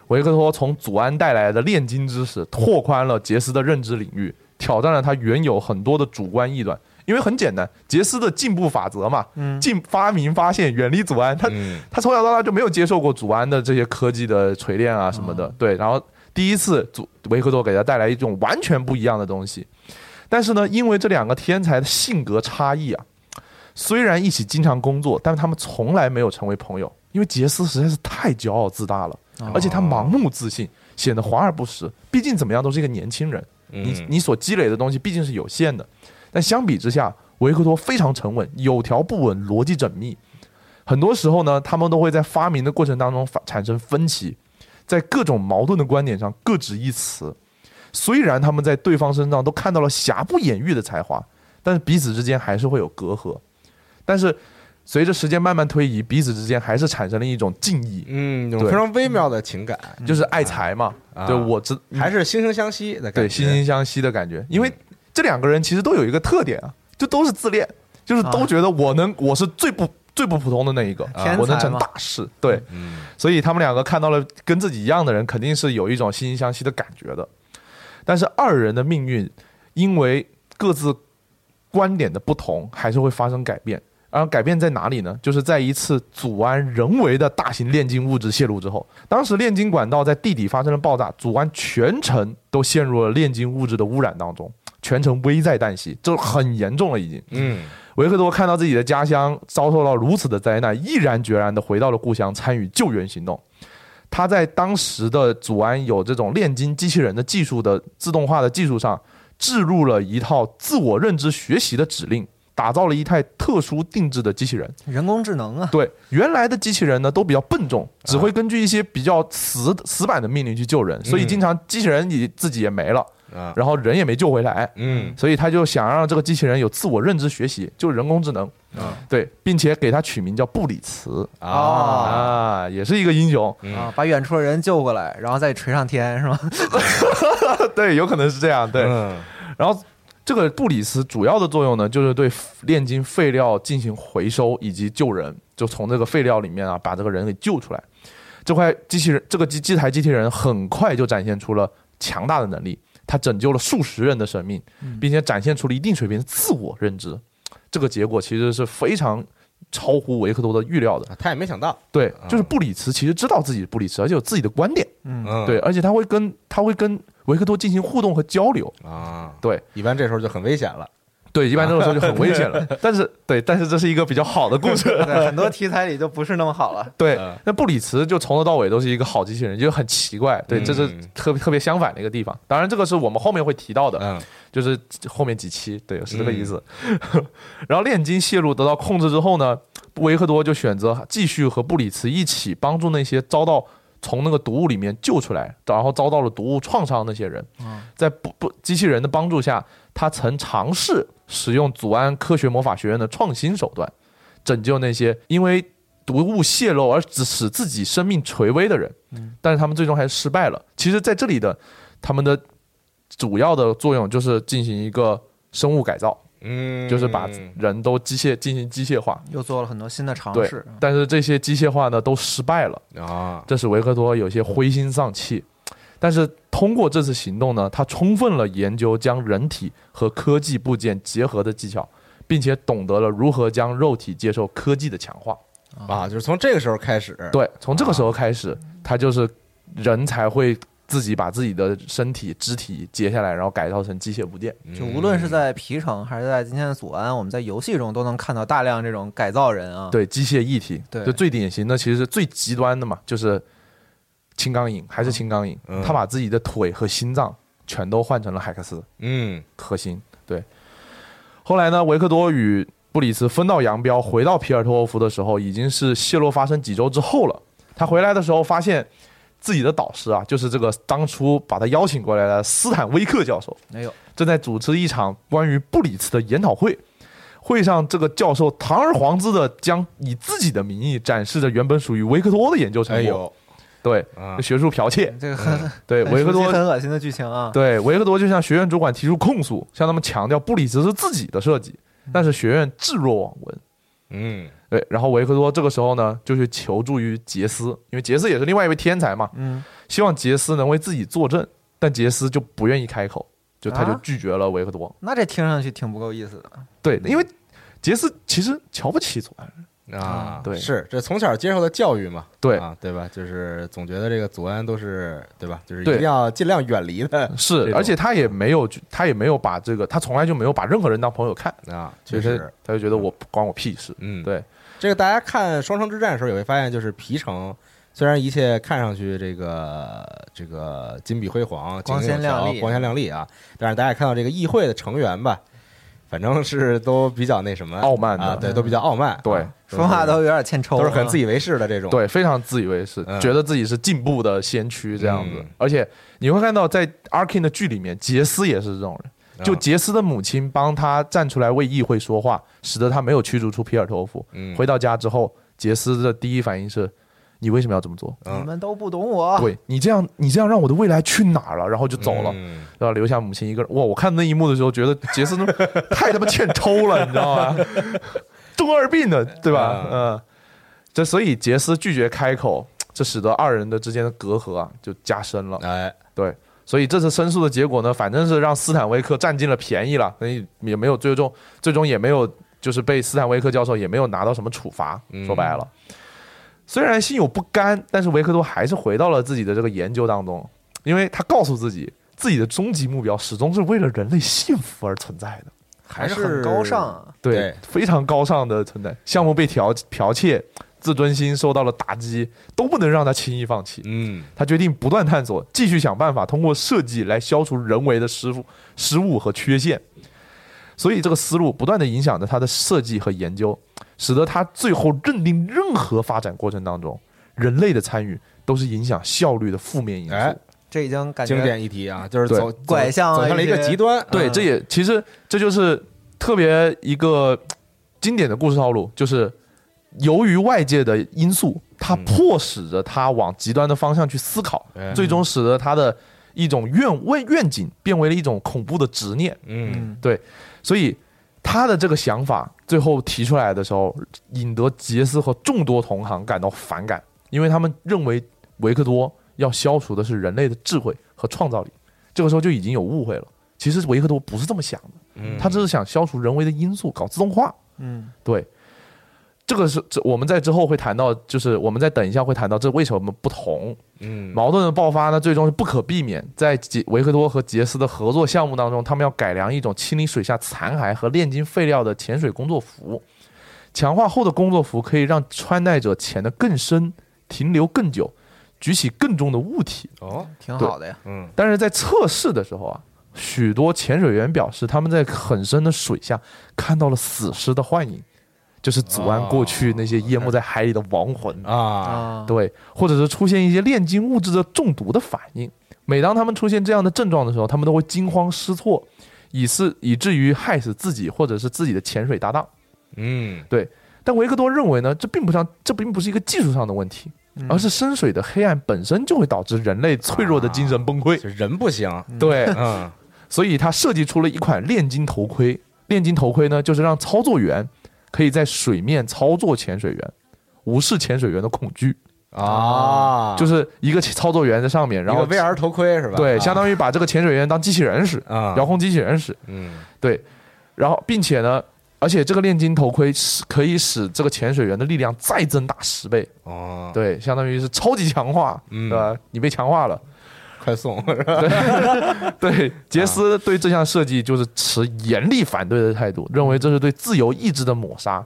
S6: 维克托从祖安带来的炼金知识，拓宽了杰斯的认知领域，挑战了他原有很多的主观臆断。因为很简单，杰斯的进步法则嘛，进发明发现远离祖安，他、
S2: 嗯
S6: 他从小到大就没有接受过祖安的这些科技的锤炼啊什么的，对。然后第一次祖维克多给他带来一种完全不一样的东西，但是呢，因为这两个天才的性格差异啊，虽然一起经常工作，但他们从来没有成为朋友，因为杰斯实在是太骄傲自大了，
S2: 哦
S6: 而且他盲目自信，显得华而不实。毕竟怎么样都是一个年轻人，你
S2: 嗯
S6: 你所积累的东西毕竟是有限的。但相比之下，维克多非常沉稳，有条不紊，逻辑缜密。很多时候呢，他们都会在发明的过程当中发产生分歧，在各种矛盾的观点上各执一词。虽然他们在对方身上都看到了瑕不掩瑜的才华，但是彼此之间还是会有隔阂。但是随着时间慢慢推移，彼此之间还是产生了一种敬意，
S2: 嗯，有
S6: 对
S2: 非常微妙的情感，
S6: 就是爱才嘛。
S2: 啊
S6: 对我知
S2: 还是惺惺相惜的感觉。嗯
S6: 嗯对惺惺相惜的感觉，因为这两个人其实都有一个特点啊，就都是自恋，就是都觉得我能我是最不最不普通的那一个，
S7: 啊
S6: 啊
S7: 天才
S6: 我能成
S7: 嘛
S6: 大事。对，
S2: 嗯
S6: 所以他们两个看到了跟自己一样的人，肯定是有一种惺惺相惜的感觉的。但是二人的命运，因为各自观点的不同，还是会发生改变。然后改变在哪里呢？就是在一次祖安人为的大型炼金物质泄露之后，当时炼金管道在地底发生了爆炸，祖安全程都陷入了炼金物质的污染当中，全程危在旦夕，这很严重了已经。
S2: 嗯
S6: 维克多看到自己的家乡遭受到如此的灾难，毅然决然地回到了故乡，参与救援行动。他在当时的祖安有这种炼金机器人的技术的自动化的技术上，置入了一套自我认知学习的指令，打造了一台特殊定制的机器人。
S7: 人工智能啊，
S6: 对，原来的机器人呢都比较笨重，只会根据一些比较死死板的命令去救人，所以
S2: 嗯
S6: 经常机器人也自己也没了，
S2: 啊
S6: 嗯然后人也没救回来。
S2: 嗯
S6: 所以他就想让这个机器人有自我认知学习，就是人工智能，对，并且给它取名叫布里茨
S2: 啊
S6: 啊，也是一个英雄，
S2: 嗯
S7: 啊，把远处的人救过来，然后再锤上天， 是吗？
S6: 对，有可能是这样，对。
S2: 嗯
S6: 然后这个布里茨主要的作用呢，就是对炼金废料进行回收以及救人，就从这个废料里面啊把这个人给救出来。这块机器人，这个机机台机器人很快就展现出了强大的能力，它拯救了数十人的生命，并且展现出了一定水平的自我认知。这个结果其实是非常超乎维克多的预料的。
S2: 啊他也没想到，
S6: 对，就是布里茨其实知道自己是布里茨，而且有自己的观点。
S2: 嗯
S6: 对，而且他会跟他会跟维克多进行互动和交流。
S2: 啊，
S6: 对，
S2: 一般这时候就很危险了。
S6: 对，一般这种时候就很危险 了。但是，对，但是这是一个比较好的故事。
S7: 对，很多题材里就不是那么好了。
S6: 对
S2: 嗯，
S6: 那布里茨就从头到尾都是一个好机器人，就很奇怪。对，
S2: 嗯
S6: 这是特别特别相反的一个地方。当然，这个是我们后面会提到的，
S2: 嗯
S6: 就是后面几期，对，是这个意思。 然后炼金泄露得到控制之后呢，维克多就选择继续和布里茨一起帮助那些遭到从那个毒物里面救出来，然后遭到了毒物创伤那些人。在不不机器人的帮助下，他曾尝试使用祖安科学魔法学院的创新手段，拯救那些因为毒物泄露而致使自己生命垂危的人。但是他们最终还是失败了。其实，在这里的他们的主要的作用就是进行一个生物改造，
S2: 嗯，
S6: 就是把人都机械进行机械化。
S7: 又做了很多新的尝
S6: 对
S7: 试，，
S6: 但是这些机械化呢都失败了，
S2: 啊
S6: 这使维克多有些灰心丧气。但是通过这次行动呢，他充分了研究将人体和科技部件结合的技巧，并且懂得了如何将肉体接受科技的强化。
S2: 啊，就是从这个时候开始，
S6: 对，从这个时候开始，他就是人才会自己把自己的身体肢体截下来，然后改造成机械部件。
S2: 嗯，
S7: 就无论是在皮城还是在今天的祖安，我们在游戏中都能看到大量这种改造人啊。
S6: 对，机械一体，
S7: 对
S6: 就最典型的其实是最极端的嘛，就是青钢影，还是青钢影，
S2: 嗯
S6: 他把自己的腿和心脏全都换成了海克斯
S2: 嗯
S6: 核心。对，后来呢，维克多与布里茨分道扬镳，回到皮尔托沃夫的时候，已经是泄露发生几周之后了。他回来的时候发现。自己的导师啊，就是这个当初把他邀请过来的斯坦威克教授，
S7: 没有，
S6: 正在主持一场关于布里茨的研讨会。会上，这个教授堂而皇之的将以自己的名义展示着原本属于维克多的研究成
S2: 哎
S6: 果，
S2: 呦
S6: 对，
S2: 啊
S6: 就学术剽窃。
S7: 嗯
S6: 嗯
S7: 这个很
S6: 对，
S7: 很
S6: 维克
S7: 熟悉
S6: 多，
S7: 很恶心的剧情啊。
S6: 对维克多就向学院主管提出控诉，向他们强调布里茨是自己的设计，但是学院置若罔闻。
S2: 嗯
S6: 对，然后维克多这个时候呢，就去求助于杰斯，因为杰斯也是另外一位天才嘛，
S7: 嗯，
S6: 希望杰斯能为自己作证，但杰斯就不愿意开口，就他就
S7: 啊
S6: 拒绝了维克多。
S7: 那这听上去挺不够意思的。
S6: 对，
S2: 嗯
S6: 因为杰斯其实瞧不起左岸人，
S2: 啊，
S6: 嗯对
S2: 是这从小接受的教育嘛，
S6: 对
S2: 啊，对吧？就是总觉得这个祖安都是对吧？就是一
S6: 对
S2: 定要尽量远离的这
S6: 是，
S2: 种
S6: 而且他也没有，他也没有把这个，他从来就没有把任何人当朋友看，
S2: 啊，确实，，
S6: 他就觉得我关我屁事。
S2: 嗯，
S6: 对，
S2: 这个大家看《双城之战》的时候也会发现，就是皮城虽然一切看上去这个这个金碧辉煌、
S7: 光鲜
S2: 井井有条
S7: 亮丽
S2: 光鲜亮丽啊，但是大家也看到这个议会的成员吧，反正是都比较那什么
S6: 傲慢的
S2: 啊，对，都比较傲慢，
S6: 对
S2: 啊
S7: 说话都有点欠抽啊，
S2: 都是很自以为是的这种，
S6: 对，非常自以为是，
S2: 嗯
S6: 觉得自己是进步的先驱这样子
S2: 嗯。
S6: 而且你会看到，在 Arkin 的剧里面，杰斯也是这种人。
S2: 啊，
S6: 就杰斯的母亲帮他站出来为议会说话，使得他没有驱逐出皮尔托夫。
S2: 嗯
S6: 回到家之后，杰斯的第一反应是：“你为什么要这么做？
S2: 嗯
S7: 你们都不懂我。
S6: 对你这样，你这样让我的未来去哪儿了？”然后就走了。
S2: 啊嗯
S6: 然后留下母亲一个人。哇，我看那一幕的时候，觉得杰斯 太他妈欠抽了，你知道吗？中二病的，对吧？
S2: 嗯
S6: 嗯，这所以杰斯拒绝开口，这使得二人的之间的隔阂啊就加深了。
S2: 哎，
S6: 对，所以这次申诉的结果呢，反正是让斯坦威克占尽了便宜了，所以也没有最终，最终也没有就是被斯坦威克教授也没有拿到什么处罚
S2: 嗯。
S6: 说白了，虽然心有不甘，但是维克多还是回到了自己的这个研究当中，因为他告诉自己，自己的终极目标始终是为了人类幸福而存在的。
S2: 还
S7: 是很高尚啊，
S6: 对，
S2: 对
S6: 非常高尚的存在。项目被剽剽窃，自尊心受到了打击，都不能让他轻易放弃。
S2: 嗯
S6: 他决定不断探索，继续想办法通过设计来消除人为的失误、失误和缺陷。所以这个思路不断的影响着他的设计和研究，使得他最后认定任何发展过程当中，人类的参与都是影响效率的负面因素。
S2: 哎，
S7: 这已经感觉
S2: 经典议题啊，就是
S6: 嗯对
S2: 走走
S7: 拐向了
S2: 走向了一个
S7: 一些
S2: 极端，
S6: 对，
S7: 嗯
S6: 这也其实这就是特别一个经典的故事套路，就是由于外界的因素，它
S2: 嗯
S6: 迫使着他往极端的方向去思考，
S2: 哎
S6: 最终使得他的一种愿愿愿景变为了一种恐怖的执念。
S2: 嗯
S7: 嗯，
S6: 所以他的这个想法最后提出来的时候，引得杰斯和众多同行感到反感，因为他们认为维克多要消除的是人类的智慧和创造力。这个时候就已经有误会了。其实维克多不是这么想的。
S2: 嗯，
S6: 他只是想消除人为的因素，搞自动化。
S7: 嗯，
S6: 对，这个是这我们在之后会谈到，就是我们在等一下会谈到这为什么不同。
S2: 嗯
S6: 矛盾的爆发呢，最终是不可避免。在杰维克多和杰斯的合作项目当中，他们要改良一种清理水下残骸和炼金废料的潜水工作服。强化后的工作服可以让穿戴者潜得更深，停留更久，举起更重的物体。
S2: 哦
S7: 挺好的呀。
S2: 嗯
S6: 但是在测试的时候啊，许多潜水员表示他们在很深的水下看到了死尸的幻影，就是祖安过去那些淹没在海里的亡魂
S2: 啊
S7: 啊，
S6: 对，或者是出现一些炼金物质的中毒的反应。每当他们出现这样的症状的时候，他们都会惊慌失措，以是以至于害死自己或者是自己的潜水搭档。
S2: 嗯
S6: 但维克多认为呢，这并不像这并不是一个技术上的问题，
S7: 嗯
S6: 而是深水的黑暗本身就会导致人类脆弱的精神崩溃。
S2: 是人不行，
S6: 对，
S2: 嗯
S6: 所以他设计出了一款炼金头盔。炼金头盔呢，就是让操作员可以在水面操作潜水员，无视潜水员的恐惧，
S2: 啊，
S6: 就是是一个操作员在上面，
S2: 一
S6: 然后
S2: 个 VR 头盔是吧？
S6: 对，相当于把这个潜水员当机器人使，
S2: 啊，
S6: 遥控机器人使。
S2: 嗯
S6: 对，然后并且呢，而且这个炼金头盔是可以使这个潜水员的力量再增大十倍，
S2: 哦，
S6: 对，相当于是超级强化，
S2: 嗯
S6: 对吧？你被强化了。
S2: 快送
S6: 嗯 对，杰斯对这项设计就是持严厉反对的态度，认为这是对自由意志的抹杀。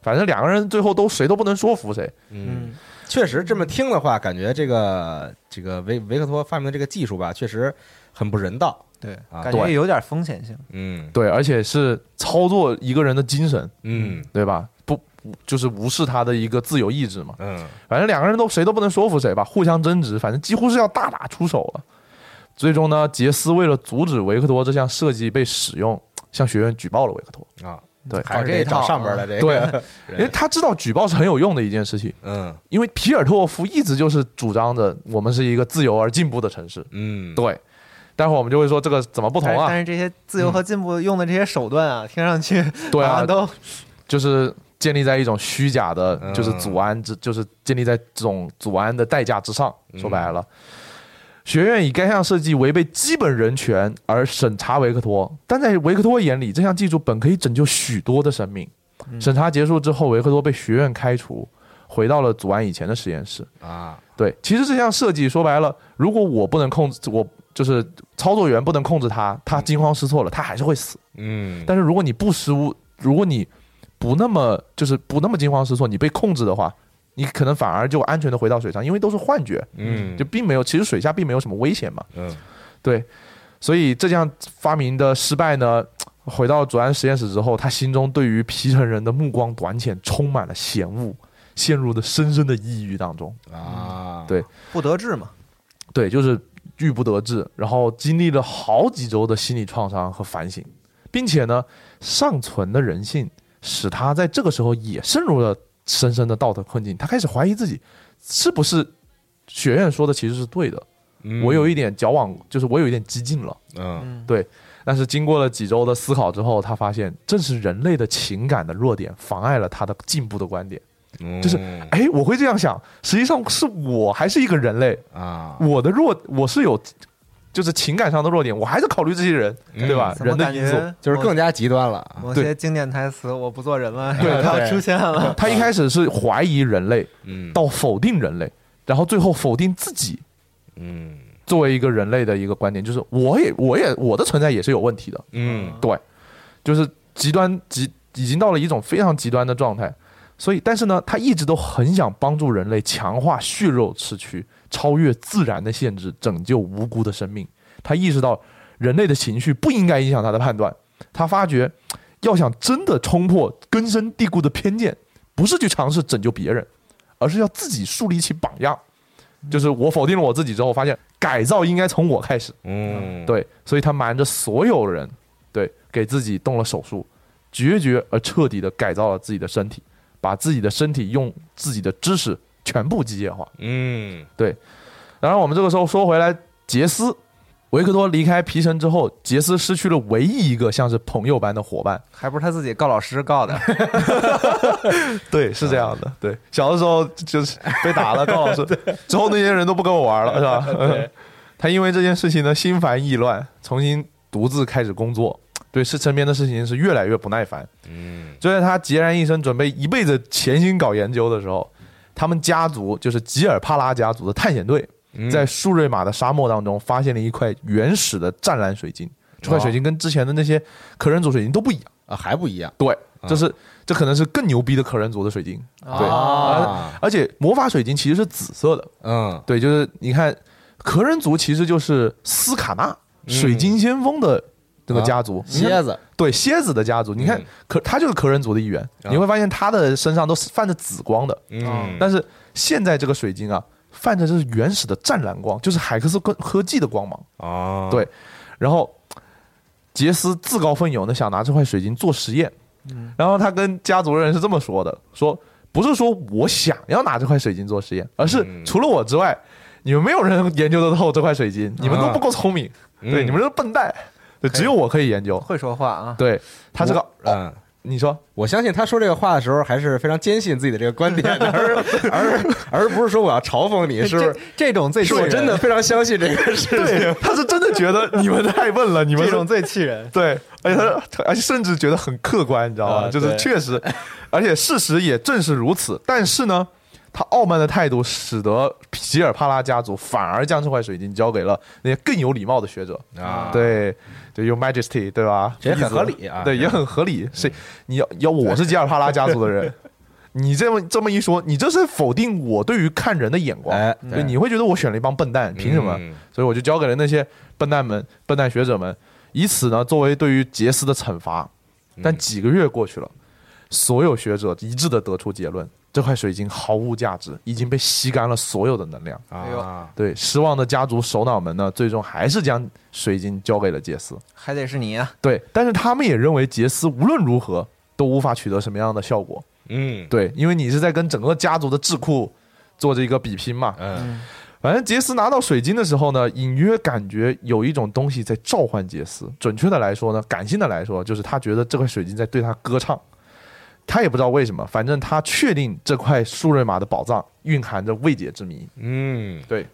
S6: 反正两个人最后都谁都不能说服谁。
S2: 嗯。确实，这么听的话，感觉这个这个维维克托发明的这个技术吧，确实很不人道。
S7: 对，
S2: 啊
S7: 感觉
S6: 对
S7: 有点风险性。
S2: 嗯
S6: 对，而且是操作一个人的精神，
S2: 嗯
S6: 对吧？不就是无视他的一个自由意志嘛？
S2: 嗯，
S6: 反正两个人都谁都不能说服谁吧，互相争执，反正几乎是要大打出手了。最终呢，杰斯为了阻止维克多这项设计被使用，向学院举报了维克多。
S2: 啊，
S6: 对
S2: 还是
S7: 搞这
S2: 得
S7: 一
S2: 找
S7: 套
S2: 上边的这个，
S6: 对，因为
S2: 人，
S6: 他知道举报是很有用的一件事情，
S2: 嗯
S6: 因为皮尔托夫一直就是主张着我们是一个自由而进步的城市。
S2: 嗯，
S6: 对，待会儿我们就会说这个怎么不同
S7: 但是
S6: 啊
S7: 但？是这些自由和进步用的这些手段啊，听上去
S6: 对
S7: 好
S6: 啊
S7: 像，都
S6: 就是建立在一种虚假的，
S2: 嗯
S6: 就是阻安之，就是建立在这种阻安的代价之上。说白了，学院以该项设计违背基本人权而审查维克托，但在维克托眼里，这项技术本可以拯救许多的生命。
S7: 嗯
S6: 审查结束之后，维克多被学院开除，回到了阻安以前的实验室。
S2: 啊，
S6: 对，其实这项设计说白了，如果我不能控制，我就是操作员不能控制他，他惊慌失措了，他还是会死。
S2: 嗯，
S6: 但是如果你不失误，如果你不那么就是不那么惊慌失措，你被控制的话，你可能反而就安全的回到水上，因为都是幻觉，
S2: 嗯
S6: 就并没有，其实水下并没有什么危险嘛。
S2: 嗯
S6: 对，所以这项发明的失败呢，回到祖安实验室之后，他心中对于皮城人的目光短浅充满了嫌恶，陷入了深深的抑郁当中。
S2: 啊，
S6: 对
S7: 不得志嘛。
S6: 对，就是郁不得志，然后经历了好几周的心理创伤和反省，并且呢，尚存的人性使他在这个时候也陷入了深深的道德困境。他开始怀疑自己是不是学院说的其实是对的，
S2: 嗯
S6: 我有一点矫枉，就是我有一点激进了。
S2: 嗯
S7: 嗯，
S6: 但是经过了几周的思考之后，他发现正是人类的情感的弱点妨碍了他的进步的观点。就是
S2: 嗯
S6: 哎，我会这样想，实际上是我还是一个人类，
S2: 啊，
S6: 我的弱我是有，就是情感上的弱点，我还是考虑这些人，
S2: 嗯
S6: 对吧？
S7: 怎么
S6: 人的
S7: 感
S6: 因素。
S7: 觉
S2: 就是更加极端了啊，
S7: 某
S6: 对
S7: 些经典台词“我不做人了”
S2: 对
S7: 要
S2: 对
S7: 出现了。
S6: 他一开始是怀疑人类，
S2: 嗯，
S6: 到否定人类，然后最后否定自己
S2: 嗯
S6: 作为一个人类的一个观点，就是我也我也我的存在也是有问题的，
S2: 嗯
S6: 对，就是极端极已经到了一种非常极端的状态。所以，但是呢，他一直都很想帮助人类强化血肉之躯，超越自然的限制，拯救无辜的生命。他意识到人类的情绪不应该影响他的判断。他发觉，要想真的冲破根深蒂固的偏见，不是去尝试拯救别人，而是要自己树立起榜样。就是我否定了我自己之后，发现改造应该从我开始。
S2: 嗯，
S6: 对，所以他瞒着所有人，对，给自己动了手术，决绝而彻底的改造了自己的身体，把自己的身体用自己的知识全部机械化。
S2: 嗯
S6: 当然，我们这个时候说回来，杰斯。维克多离开皮城之后，杰斯失去了唯一一个像是朋友般的伙伴。
S7: 还不是他自己告老师告的， 啊
S6: 对，是这样的。对，小的时候就是被打了，高老 师之后那些人都不跟我玩了，是吧？对。 他因为这件事情呢，心烦意乱，重新独自开始工作，对是身边的事情是越来越不耐烦。
S2: 嗯
S6: 就在他孑然一身，准备一辈子潜心搞研究的时候，他们家族就是吉尔帕拉家族的探险队，
S2: 嗯
S6: 在苏瑞玛的沙漠当中发现了一块原始的湛蓝水晶。
S2: 哦
S6: 这块水晶跟之前的那些可人族水晶都不一样，
S2: 啊还不一样，
S6: 对，这是这可能是更牛逼的可人族的水晶，对，
S2: 啊
S6: 而而且魔法水晶其实是紫色的，
S2: 嗯
S6: 对，就是你看可人族其实就是斯卡纳水晶先锋的这个
S2: 嗯啊
S6: 家族，你看
S2: 蝎子，
S6: 对蝎子的家族，你看
S2: 嗯
S6: 可他就是可人族的一员，
S2: 啊
S6: 你会发现他的身上都是泛着紫光的。
S2: 嗯，
S6: 但是现在这个水晶啊，泛着就是原始的湛蓝光，就是海克斯科科技的光芒。
S2: 哦，
S6: 对然后杰斯自告奋勇的想拿这块水晶做实验，然后他跟家族人是这么说的：说不是说我想要拿这块水晶做实验，而是
S2: 嗯
S6: 除了我之外，你们没有人研究得透这块水晶，你们都不够聪明，
S2: 嗯
S6: 对，你们都是笨蛋，对，只有我可以研究。
S7: 会说话啊。
S6: 对他这个，
S2: 嗯。
S6: 你说。
S2: 我相信他说这个话的时候，还是非常坚信自己的这个观点的， 而而而不是说我要嘲讽你，是不
S7: 这
S2: 是？
S7: 这种最
S2: 是
S7: 气
S2: 我
S7: 人
S2: 真的非常相信这个事情。
S6: 对，他是真的觉得你们太笨了，你们
S7: 这
S6: 是
S7: 种最气 人。
S6: 对，而且他他而且甚至觉得很客观，你知道吧？
S2: 啊
S6: 就是
S2: 对
S6: 确实，而且事实也正是如此。但是呢，他傲慢的态度使得吉尔帕拉家族反而将这块水晶交给了那些更有礼貌的学者。
S2: 啊，
S6: 对，就 Your Majesty，对吧？
S2: 这也很
S6: 意思
S2: 合理啊
S6: 对，
S2: 这
S6: 也很合理。谁你要要我是吉尔帕拉家族的人，你这么这么一说，你这是否定我对于看人的眼光，
S2: 哎，
S6: 对，你会觉得我选了一帮笨蛋，凭什么？
S2: 嗯
S6: 所以我就交给了那些笨蛋们、笨蛋学者们，以此呢作为对于杰斯的惩罚。但几个月过去了，所有学者一致的得出结论：这块水晶毫无价值，已经被吸干了所有的能量。
S2: 啊
S7: 哎呦
S6: 对，失望的家族首脑们呢，最终还是将水晶交给了杰斯。
S7: 还得是你啊！
S6: 对，但是他们也认为杰斯无论如何都无法取得什么样的效果。
S2: 嗯，
S6: 对，因为你是在跟整个家族的智库做这一个比拼嘛。
S2: 嗯
S6: 反正杰斯拿到水晶的时候呢，隐约感觉有一种东西在召唤杰斯。准确的来说呢，感性的来说，就是他觉得这块水晶在对他歌唱。他也不知道为什么，反正他确定这块苏瑞玛的宝藏蕴含着未解之谜。
S2: 嗯
S6: 对，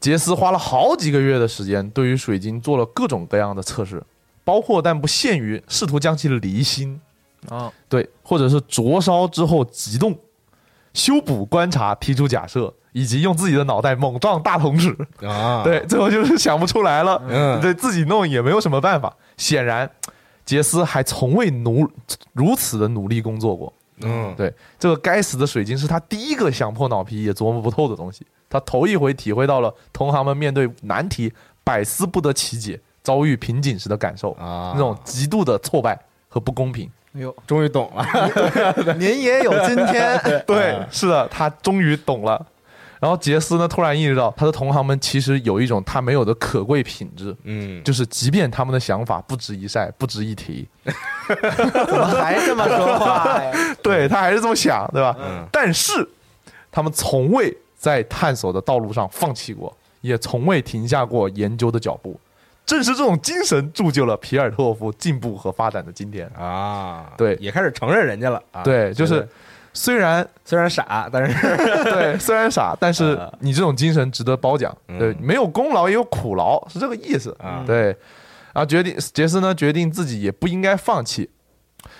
S6: 杰斯花了好几个月的时间，对于水晶做了各种各样的测试，包括但不限于试图将其离心，
S7: 啊、
S6: 对，或者是灼烧之后急冻、修补、观察、提出假设，以及用自己的脑袋猛撞大同指。
S2: 啊，
S6: 对，最后就是想不出来了，
S2: 嗯
S6: 对自己弄也没有什么办法。显然，杰斯还从未努如此的努力工作过。
S2: 嗯
S6: 对，这个该死的水晶是他第一个想破脑皮也琢磨不透的东西。他头一回体会到了同行们面对难题百思不得其解、遭遇瓶颈时的感受，
S2: 啊，
S6: 那种极度的挫败和不公平。
S7: 哎呦，
S2: 终于懂了，
S7: 您也有哎今天，
S6: 对，是的，他终于懂了。然后杰斯呢，突然意识到他的同行们其实有一种他没有的可贵品质，
S2: 嗯，
S6: 就是即便他们的想法不值一晒、不值一提，
S7: 怎么还这么说话呀？
S6: 对他还是这么想，对吧？
S2: 嗯
S6: 但是他们从未在探索的道路上放弃过，也从未停下过研究的脚步。正是这种精神铸就了皮尔特夫进步和发展的今天。
S2: 啊，
S6: 对
S2: 也开始承认人家了啊，
S6: 对，就
S2: 觉
S6: 是
S2: 得
S6: 虽然
S2: 虽然傻，但是
S6: 对，虽然傻，但是
S2: 呃
S6: 你这种精神值得褒奖。
S2: 嗯
S6: 对，没有功劳也有苦劳，是这个意思。
S2: 啊
S6: 对，啊，决定杰斯呢，决定自己也不应该放弃。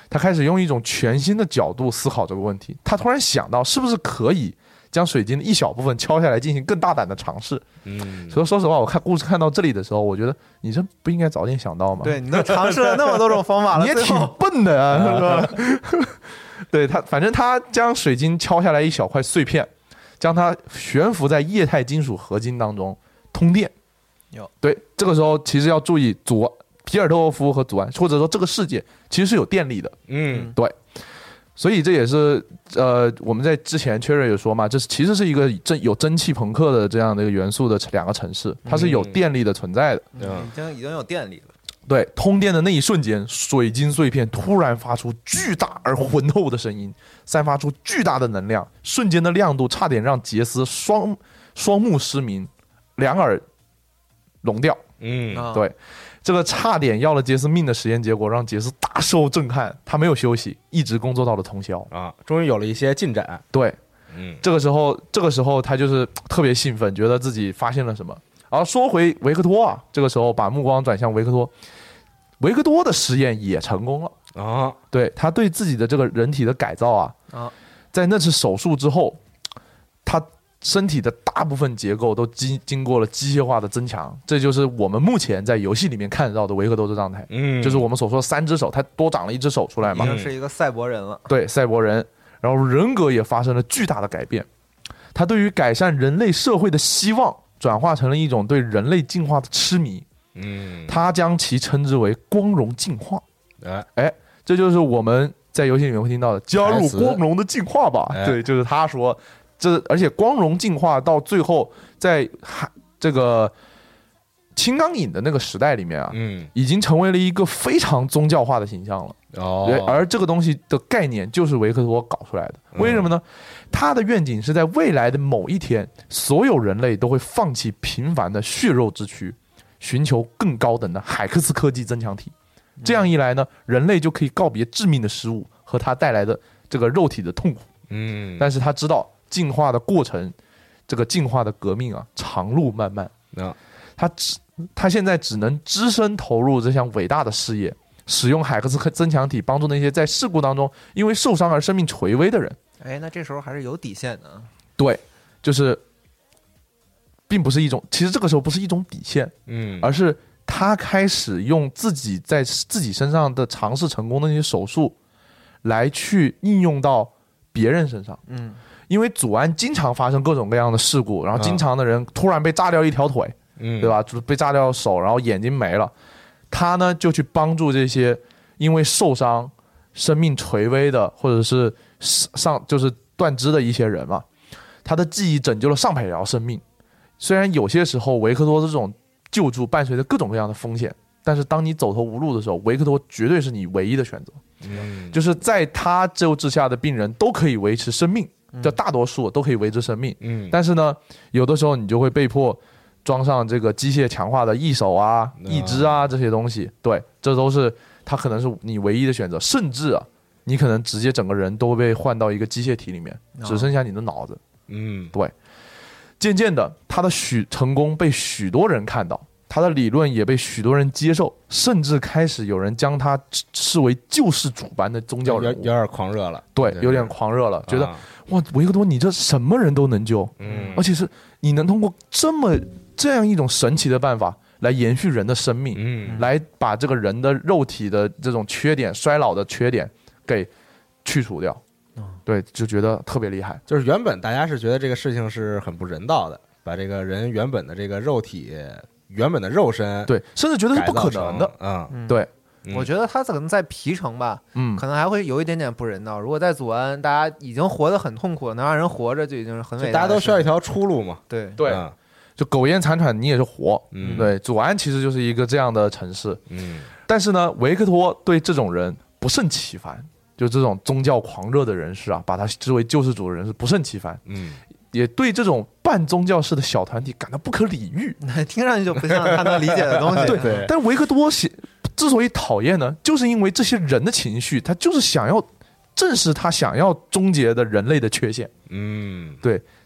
S6: 他开始用一种全新的角度思考这个问题。他突然想到，是不是可以将水晶的一小部分敲下来，进行更大胆的尝试？
S2: 嗯
S6: 所以说实话，我看故事看到这里的时候，我觉得你这不应该早点想到吗？
S7: 对，你都尝试了那么多种方法 了，
S6: 你也
S7: 最
S6: 挺
S7: 后啊
S6: 笨的呀，是吧？ 对他，反正他将水晶敲下来一小块碎片，将它悬浮在液态金属合金当中通电
S7: 哟。
S6: 对，这个时候其实要注意阻皮尔特沃夫和阻碍，或者说这个世界其实是有电力的。
S2: 嗯
S6: 所以这也是呃，我们在之前确认有说嘛，这是其实是一个蒸有蒸汽朋克的这样的一个元素的两个城市，它是有
S2: 嗯
S6: 电力的存在的。
S2: 嗯
S7: 已经已经有电力了。
S6: 对，通电的那一瞬间，水晶碎片突然发出巨大而浑厚的声音，散发出巨大的能量，瞬间的亮度差点让杰斯双双目失明，两耳聋掉。
S2: 嗯
S7: 啊
S6: 对这个差点要了杰斯命的实验结果，让杰斯大受震撼。他没有休息，一直工作到了通宵。
S2: 啊，终于有了一些进展，
S6: 对，
S2: 嗯
S6: 这个时候，这个时候他就是特别兴奋，觉得自己发现了什么。然后说回维克托啊，这个时候把目光转向维克托，维克多的实验也成功了。
S2: 啊，
S6: 对他对自己的这个人体的改造啊，
S7: 啊
S6: 在那次手术之后，他身体的大部分结构都经经过了机械化的增强，这就是我们目前在游戏里面看到的维克多的状态，
S2: 嗯，
S6: 就是我们所说的三只手，他多长了一只手出来
S7: 已
S6: 嘛，
S7: 经是一个赛博人了，
S6: 对，赛博人，然后人格也发生了巨大的改变，他对于改善人类社会的希望转化成了一种对人类进化的痴迷，
S2: 嗯，
S6: 他将其称之为光荣进化。
S2: 哎
S6: 这就是我们在游戏里面会听到的“加入光荣的进化吧
S2: 哎”，
S6: 对，就是他说，这而且光荣进化到最后，在海这个青钢影的那个时代里面啊，
S2: 嗯
S6: 已经成为了一个非常宗教化的形象了。
S2: 哦
S6: 对，而这个东西的概念就是维克多搞出来的。为什么呢？他的愿景是在未来的某一天，所有人类都会放弃平凡的血肉之躯，寻求更高等的海克斯科技增强体。这样一来呢，人类就可以告别致命的失误和它带来的这个肉体的痛苦。
S2: 嗯，
S6: 但是他知道进化的过程，这个进化的革命啊，长路漫漫。
S2: 啊
S6: 他只他现在只能只身投入这项伟大的事业，使用海克斯克增强体帮助那些在事故当中因为受伤而生命垂危的人。
S7: 哎，那这时候还是有底线的啊。
S6: 对，就是，并不是一种，其实这个时候不是一种底线，
S2: 嗯
S6: 而是他开始用自己在自己身上的尝试成功的那些手术，来去应用到别人身上，
S7: 嗯，
S6: 因为祖安经常发生各种各样的事故，然后经常的人突然被炸掉一条腿，
S2: 嗯，
S6: 对？吧？就是被炸掉手，然后眼睛没了，他呢就去帮助这些因为受伤、生命垂危的，或者是上就是断肢的一些人嘛。他的技艺拯救了上百条生命，虽然有些时候维克多的这种救助伴随着各种各样的风险，但是当你走投无路的时候，维克多绝对是你唯一的选择。
S2: 嗯，
S6: 就是在他救治下的病人都可以维持生命，就大多数都可以维持生命。
S2: 嗯，
S6: 但是呢，有的时候你就会被迫装上这个机械强化的义手啊、
S2: 啊
S6: 义肢啊这些东西。对，这都是它可能是你唯一的选择，甚至啊，你可能直接整个人都被换到一个机械体里面，
S7: 哦
S6: 只剩下你的脑子。
S2: 嗯
S6: 渐渐的，他的许成功被许多人看到，他的理论也被许多人接受，甚至开始有人将他视视为救世主般的宗教
S2: 有
S6: 人
S2: 有
S6: 物。
S2: 点狂热了，
S6: 对，有点
S2: 是
S6: 狂热了，觉得
S2: 啊
S6: 哇，维克多，你这什么人都能救，
S2: 嗯，
S6: 而且是你能通过这么这样一种神奇的办法来延续人的生命，
S2: 嗯
S6: 来把这个人的肉体的这种缺点、衰老的缺点给去除掉。
S2: 嗯
S6: 对，就觉得特别厉害。
S2: 就是原本大家是觉得这个事情是很不人道的，把这个人原本的这个肉体、原本的肉身
S6: 对，甚至觉得是不可能的。
S2: 啊，嗯
S7: 嗯
S6: 对，
S2: 嗯
S7: 我觉得他可能在皮城吧，
S6: 嗯
S7: 可能还会有一点点不人道。如果在祖安，大家已经活得很痛苦了，能让人活着就已经是很
S2: 就
S7: 伟
S2: 大
S7: 大
S2: 家
S7: 的
S2: 都
S7: 事
S2: 需要一
S7: 情
S2: 条出路嘛，
S7: 对，
S6: 对，
S2: 嗯
S6: 就苟延残喘，你也是活。
S2: 嗯
S6: 对，祖安其实就是一个这样的城市。
S2: 嗯
S6: 但是呢，维克托对这种人不胜其烦，就这种宗教狂热的人士啊，把他视为救世主的人是不胜其烦，
S2: 嗯，
S6: 也对这种半宗教式的小团体感到不可理喻。
S7: 听上去就不像他能理解的
S2: 嗯
S7: 东西。
S6: 对
S2: 对
S6: 但维克多写之所以讨厌呢，就是因为这些人的情绪，他就是想要正视他想要终结的人类的缺陷，
S2: 嗯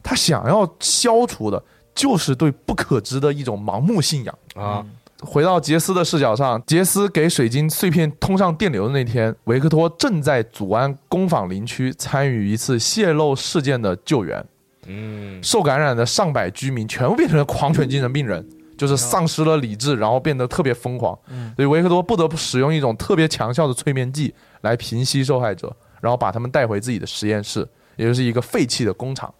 S6: 他想要消除的就是对不可知的一种盲目信仰。
S2: 啊，
S6: 回到杰斯的视角上，杰斯给水晶碎片通上电流的那天，维克托正在祖安工坊林区参与一次泄漏事件的救援。
S2: 嗯
S6: 受感染的上百居民全部变成了狂犬精神病人，
S2: 嗯
S6: 就是丧失了理智，然后变得特别疯狂。所以维克多不得不使用一种特别强效的催眠剂来平息受害者，然后把他们带回自己的实验室，也就是一个废弃的工厂，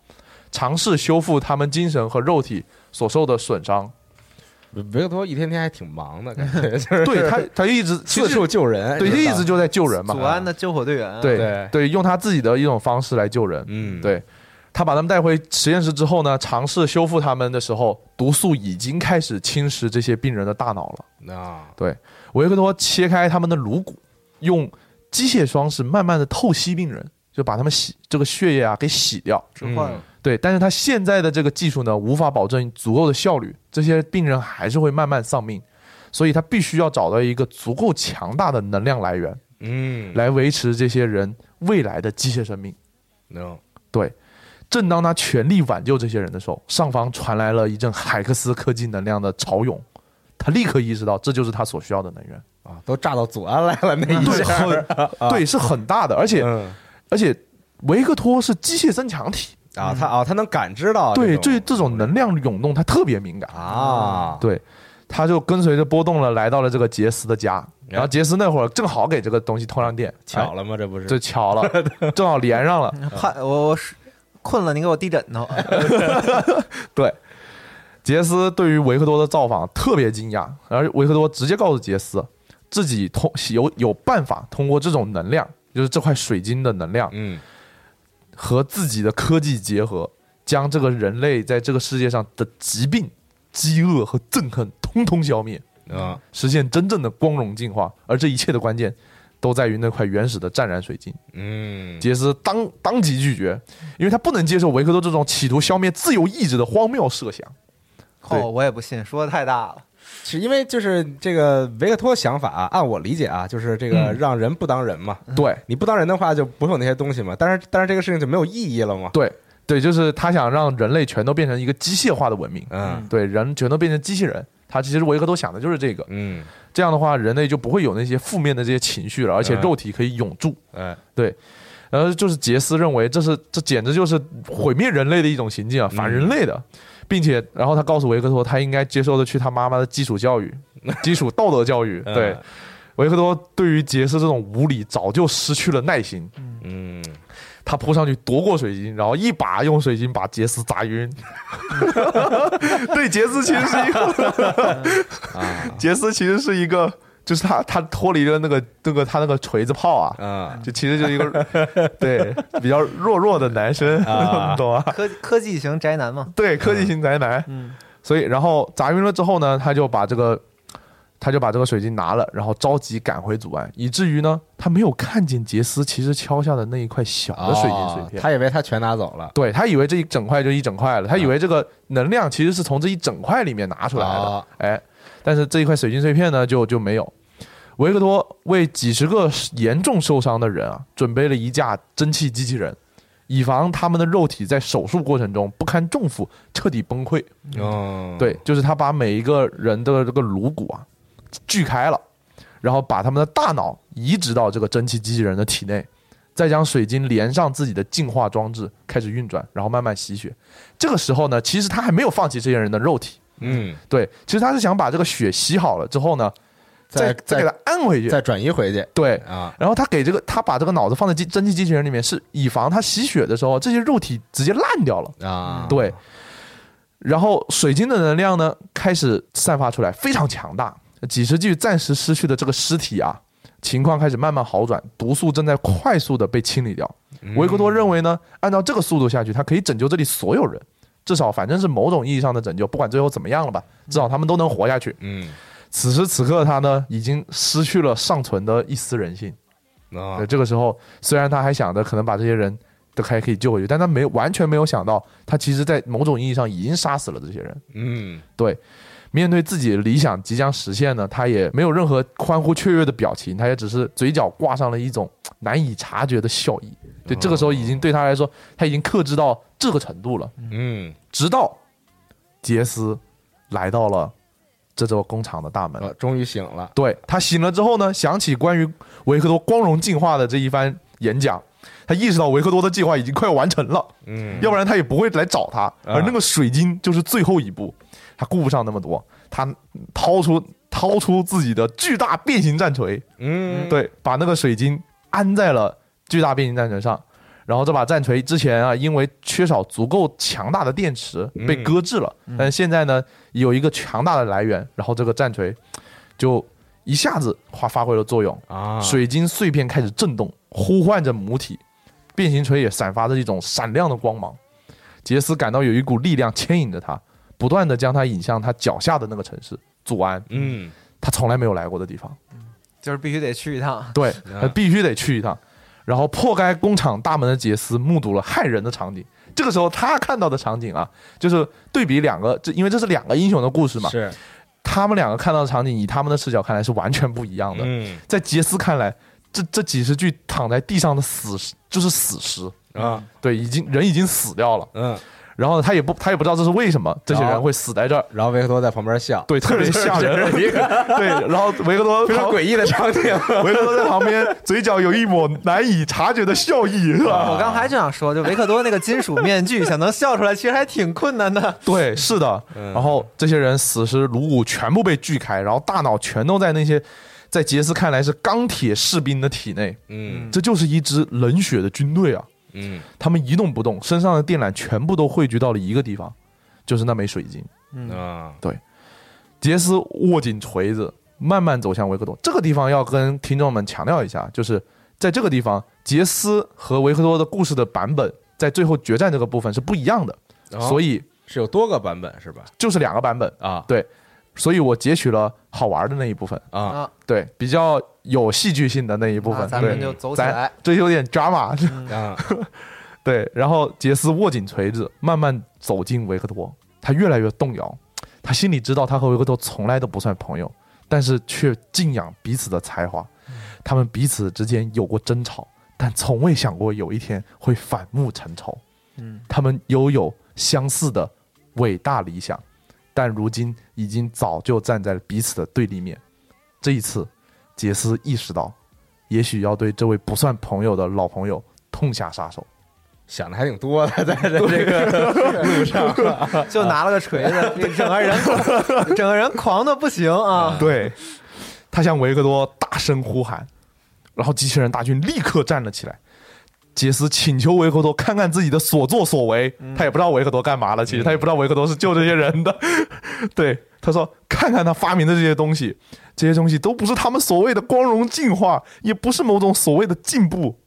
S6: 尝试修复他们精神和肉体所受的损伤。
S2: 维克托一天天还挺忙的，感 觉就是
S6: 对他，他就一直
S2: 四处救人，
S6: 对，
S2: 哎你
S6: 他
S2: 知道
S6: 一直就在救人嘛
S7: 祖。安的救火队员啊，
S6: 对
S2: 对
S6: 对，用他自己的一种方式来救人。
S2: 嗯
S6: 对他把他们带回实验室之后呢，尝试修复他们的时候，毒素已经开始侵蚀这些病人的大脑了。
S2: 啊，
S6: 维克多切开他们的颅骨，用机械双式慢慢的透析病人，就把他们洗这个血液啊给洗掉。
S7: 置
S2: 嗯
S7: 换了，
S6: 对，但是他现在的这个技术呢，无法保证足够的效率，这些病人还是会慢慢丧命，所以他必须要找到一个足够强大的能量来源，
S2: 嗯，
S6: 来维持这些人未来的机械生命。
S2: 能
S6: 正当他全力挽救这些人的时候，上方传来了一阵海克斯科技能量的潮涌，他立刻意识到这就是他所需要的能源。
S2: 啊，都炸到祖安来了那一
S6: 嗯对，
S2: 下，
S6: 很对，是很大的，而且
S2: 啊嗯
S6: 而且维克托是机械增强体，
S2: 啊，他啊，他能感知到
S6: 对
S2: 这
S6: 对这种能量涌动他特别敏感，
S2: 啊，
S6: 对，他就跟随着波动了来到了这个杰斯的家，然后杰斯那会儿正好给这个东西通上电，
S2: 巧了
S6: 了，
S2: 吗？这不是
S6: 这 巧了，正好连上了，
S7: 怕我我是困了，你给我递枕头。
S6: 对，杰斯对于维克多的造访特别惊讶，而维克多直接告诉杰斯，自己通有有办法通过这种能量，就是这块水晶的能量
S2: 嗯
S6: 和自己的科技结合，将这个人类在这个世界上的疾病、饥饿和憎恨通通消灭，
S2: 啊
S6: 实现真正的光荣进化。而这一切的关键，都在于那块原始的湛蓝水晶。
S2: 嗯
S6: 杰斯当当即拒绝，因为他不能接受维克多这种企图消灭自由意志的荒谬设想。对
S7: 哦，我也不信，说的太大了。
S2: 是因为就是这个维克托想法、啊，按我理解啊，就是这个
S6: 嗯
S2: 让人不当人嘛，
S6: 对，
S2: 你不当人的话就不会有那些东西嘛，但是但是这个事情就没有意义了嘛，
S6: 对对，就是他想让人类全都变成一个机械化的文明，
S2: 嗯
S6: 对，人全都变成机器人。他其实维克多想的就是这个，
S2: 嗯
S6: 这样的话，人类就不会有那些负面的这些情绪了，而且
S2: 嗯
S6: 肉体可以永驻。
S2: 哎
S6: 然后就是杰斯认为这是这简直就是毁灭人类的一种行径啊，反人类的，并且然后他告诉维克托，他应该接受的去他妈妈的基础教育、基础道德教育，对，维克多对于杰斯这种无理早就失去了耐心，
S2: 嗯，
S6: 他扑上去夺过水晶，然后一把用水晶把杰斯砸晕。对，杰斯其实是一个，
S2: 啊
S6: 杰斯其实是一个，就是他他脱离了那个那个他那个锤子炮啊，
S2: 啊
S6: 就其实就是一个对比较弱弱的男生，
S2: 啊
S6: 你懂吗？
S7: 科科技型宅男嘛，
S6: 对，科技型宅男。
S7: 嗯，
S6: 所以然后砸晕了之后呢，他就把这个他就把这个水晶拿了，然后着急赶回祖安，以至于呢，他没有看见杰斯其实敲下的那一块小的水晶碎
S2: 哦
S6: 片。
S2: 他以为他全拿走了，
S6: 对他以为这一整块就一整块了，他以为这个能量其实是从这一整块里面拿出来的，
S2: 哦
S6: 哎，但是这一块水晶碎片呢就就没有。维克多为几十个严重受伤的人啊，准备了一架蒸汽机器人，以防他们的肉体在手术过程中不堪重负彻底崩溃。
S2: 嗯，
S6: 对，就是他把每一个人的这个颅骨啊锯开了，然后把他们的大脑移植到这个蒸汽机器人的体内，再将水晶连上自己的净化装置开始运转，然后慢慢吸血。这个时候呢，其实他还没有放弃这些人的肉体，
S2: 嗯，
S6: 对，其实他是想把这个血吸好了之后呢，再再
S2: 再
S6: 给他按回去，
S2: 再转移回去
S6: 对。
S2: 啊，
S6: 然后他给这个，他把这个脑子放在机蒸汽机器人里面，是以防他吸血的时候这些肉体直接烂掉了。
S2: 啊，
S6: 对，然后水晶的能量呢开始散发出来，非常强大。几十具暂时失去的这个尸体啊，情况开始慢慢好转，毒素正在快速的被清理掉。
S2: 嗯
S6: 维克多认为呢，按照这个速度下去，他可以拯救这里所有人，至少反正是某种意义上的拯救，不管最后怎么样了吧，至少他们都能活下去。
S2: 嗯，
S6: 此时此刻，他呢已经失去了尚存的一丝人性。
S2: 啊
S6: 呃，，这个时候虽然他还想着可能把这些人都还可以救回去，但他没有完全没有想到，他其实在某种意义上已经杀死了这些人。
S2: 嗯，
S6: 对，面对自己的理想即将实现呢，他也没有任何欢呼雀跃的表情，他也只是嘴角挂上了一种难以察觉的笑意。对，这个时候已经对他来说，他已经克制到这个程度了。
S2: 嗯，
S6: 直到杰斯来到了这座工厂的大门，
S2: 我啊终于醒了，
S6: 对他醒了之后呢，想起关于维克多光荣进化的这一番演讲，他意识到维克多的计划已经快要完成了，
S2: 嗯，
S6: 要不然他也不会来找他。而那个水晶就是最后一步，他顾不上那么多，他掏出掏出自己的巨大变形战锤，
S2: 嗯，
S6: 对，把那个水晶安在了巨大变形战锤上。然后这把战锤之前啊，因为缺少足够强大的电池被
S2: 嗯
S6: 搁置了，但是现在呢，有一个强大的来源，然后这个战锤就一下子发发挥了作用，
S2: 啊，
S6: 水晶碎片开始震动，呼唤着母体，变形锤也散发着一种闪亮的光芒。杰斯感到有一股力量牵引着他，不断的将他引向他脚下的那个城市祖安，
S2: 嗯，
S6: 他从来没有来过的地方。
S7: 就是必须得去一趟。
S6: 对，
S2: 嗯
S6: 他必须得去一趟。然后破开工厂大门的杰斯目睹了骇人的场景。这个时候他看到的场景啊，就是对比两个，这因为这是两个英雄的故事嘛，
S2: 是，
S6: 他们两个看到的场景，以他们的视角看来是完全不一样的。
S2: 嗯
S6: 在杰斯看来，这这几十具躺在地上的死尸就是死尸，
S2: 啊，
S6: 对，已经人已经死掉了。
S2: 嗯，
S6: 然后他也不他也不知道这是为什么，这些
S2: 然
S6: 人
S2: 后
S6: 会死在这儿，
S2: 然后维克多在旁边笑，
S6: 对， 特别吓人。
S2: 一个
S6: 对，然后维克多
S2: 非常诡异的场景，
S6: 维克多在旁边，嘴角有一抹难以察觉的笑意，是吧？
S7: 我刚才就想说，就维克多那个金属面具，想能笑出来，其实还挺困难的。
S6: 对，是的。然后这些人死尸颅骨全部被锯开，然后大脑全都在那些，在杰斯看来是钢铁士兵的体内。
S2: 嗯
S6: 这就是一支冷血的军队啊！
S2: 嗯
S6: 他们一动不动，身上的电缆全部都汇聚到了一个地方，就是那枚水晶。
S2: 啊，
S6: 杰斯握紧锤子，慢慢走向维克多。这个地方要跟听众们强调一下，就是在这个地方，杰斯和维克多的故事的版本在最后决战这个部分是不一样的，所
S2: 以
S6: 以
S2: 是有多个版本是吧？
S6: 就是两个版本。
S2: 啊
S6: 对，所以我截取了好玩的那一部分，
S2: 啊，
S7: 啊，
S6: 对，比较有戏剧性的那 一部
S7: 那
S6: 分，
S7: 啊咱
S6: 对
S7: 们，就走起
S6: 咱
S7: 来。
S6: 追求点 drama，
S2: 啊，
S6: 对。然后杰斯握紧锤子，慢慢走进维克多，他越来越动摇，他心里知道他和维克多从来都不算朋友，但是却敬仰彼此的才华，他们彼此之间有过争吵，但从未想过有一天会反目成仇。
S7: 嗯，
S6: 他们拥有相似的伟大理想，但如今已经早就站在了彼此的对立面。这一次，杰斯意识到，也许要对这位不算朋友的老朋友痛下杀手。
S2: 想的还挺多的，在在这 个路上，
S7: 就 拿了个锤子，整个人整个人狂的不行啊！
S6: 对，他向维克多大声呼喊，然后机器人大军立刻站了起来。杰斯请求维克多看看自己的所作所为，他也不知道维克多干嘛了，其实他也不知道维克多是救这些人的。 对，他说：“看看他发明的这些东西，这些东西都不是他们所谓的光荣进化，也不是某种所谓的进步。”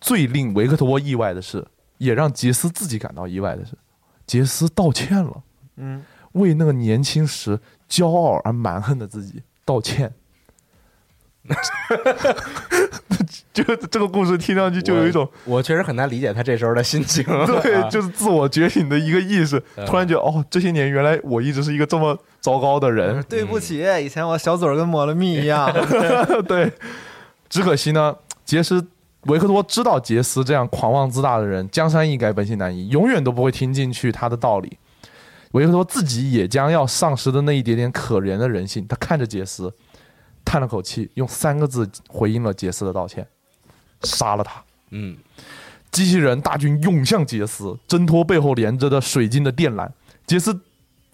S6: 最令维克多意外的是，也让杰斯自己感到意外的是，杰斯道歉了。
S7: 嗯，
S6: 为那个年轻时骄傲而蛮横的自己道歉。就 这个故事听上去 就有一种
S2: 我确实很难理解他这时候的心情。 啊
S6: 对，就是自我觉醒的一个意识，突然觉得哦，这些年原来我一直是一个这么糟糕的人，
S7: 对不起，以前我小嘴儿跟抹了蜜一样。
S6: 嗯 对，只可惜呢，杰斯维克多知道杰斯这样狂妄自大的人，江山易改，本性难移，永远都不会听进去他的道理。维克多自己也将要丧失的那一点点可怜的人性，他看着杰斯，叹了口气，用三个字回应了杰斯的道歉：杀了他。
S2: 嗯，
S6: 机器人大军涌向杰斯，挣脱背后连着的水晶的电缆。杰斯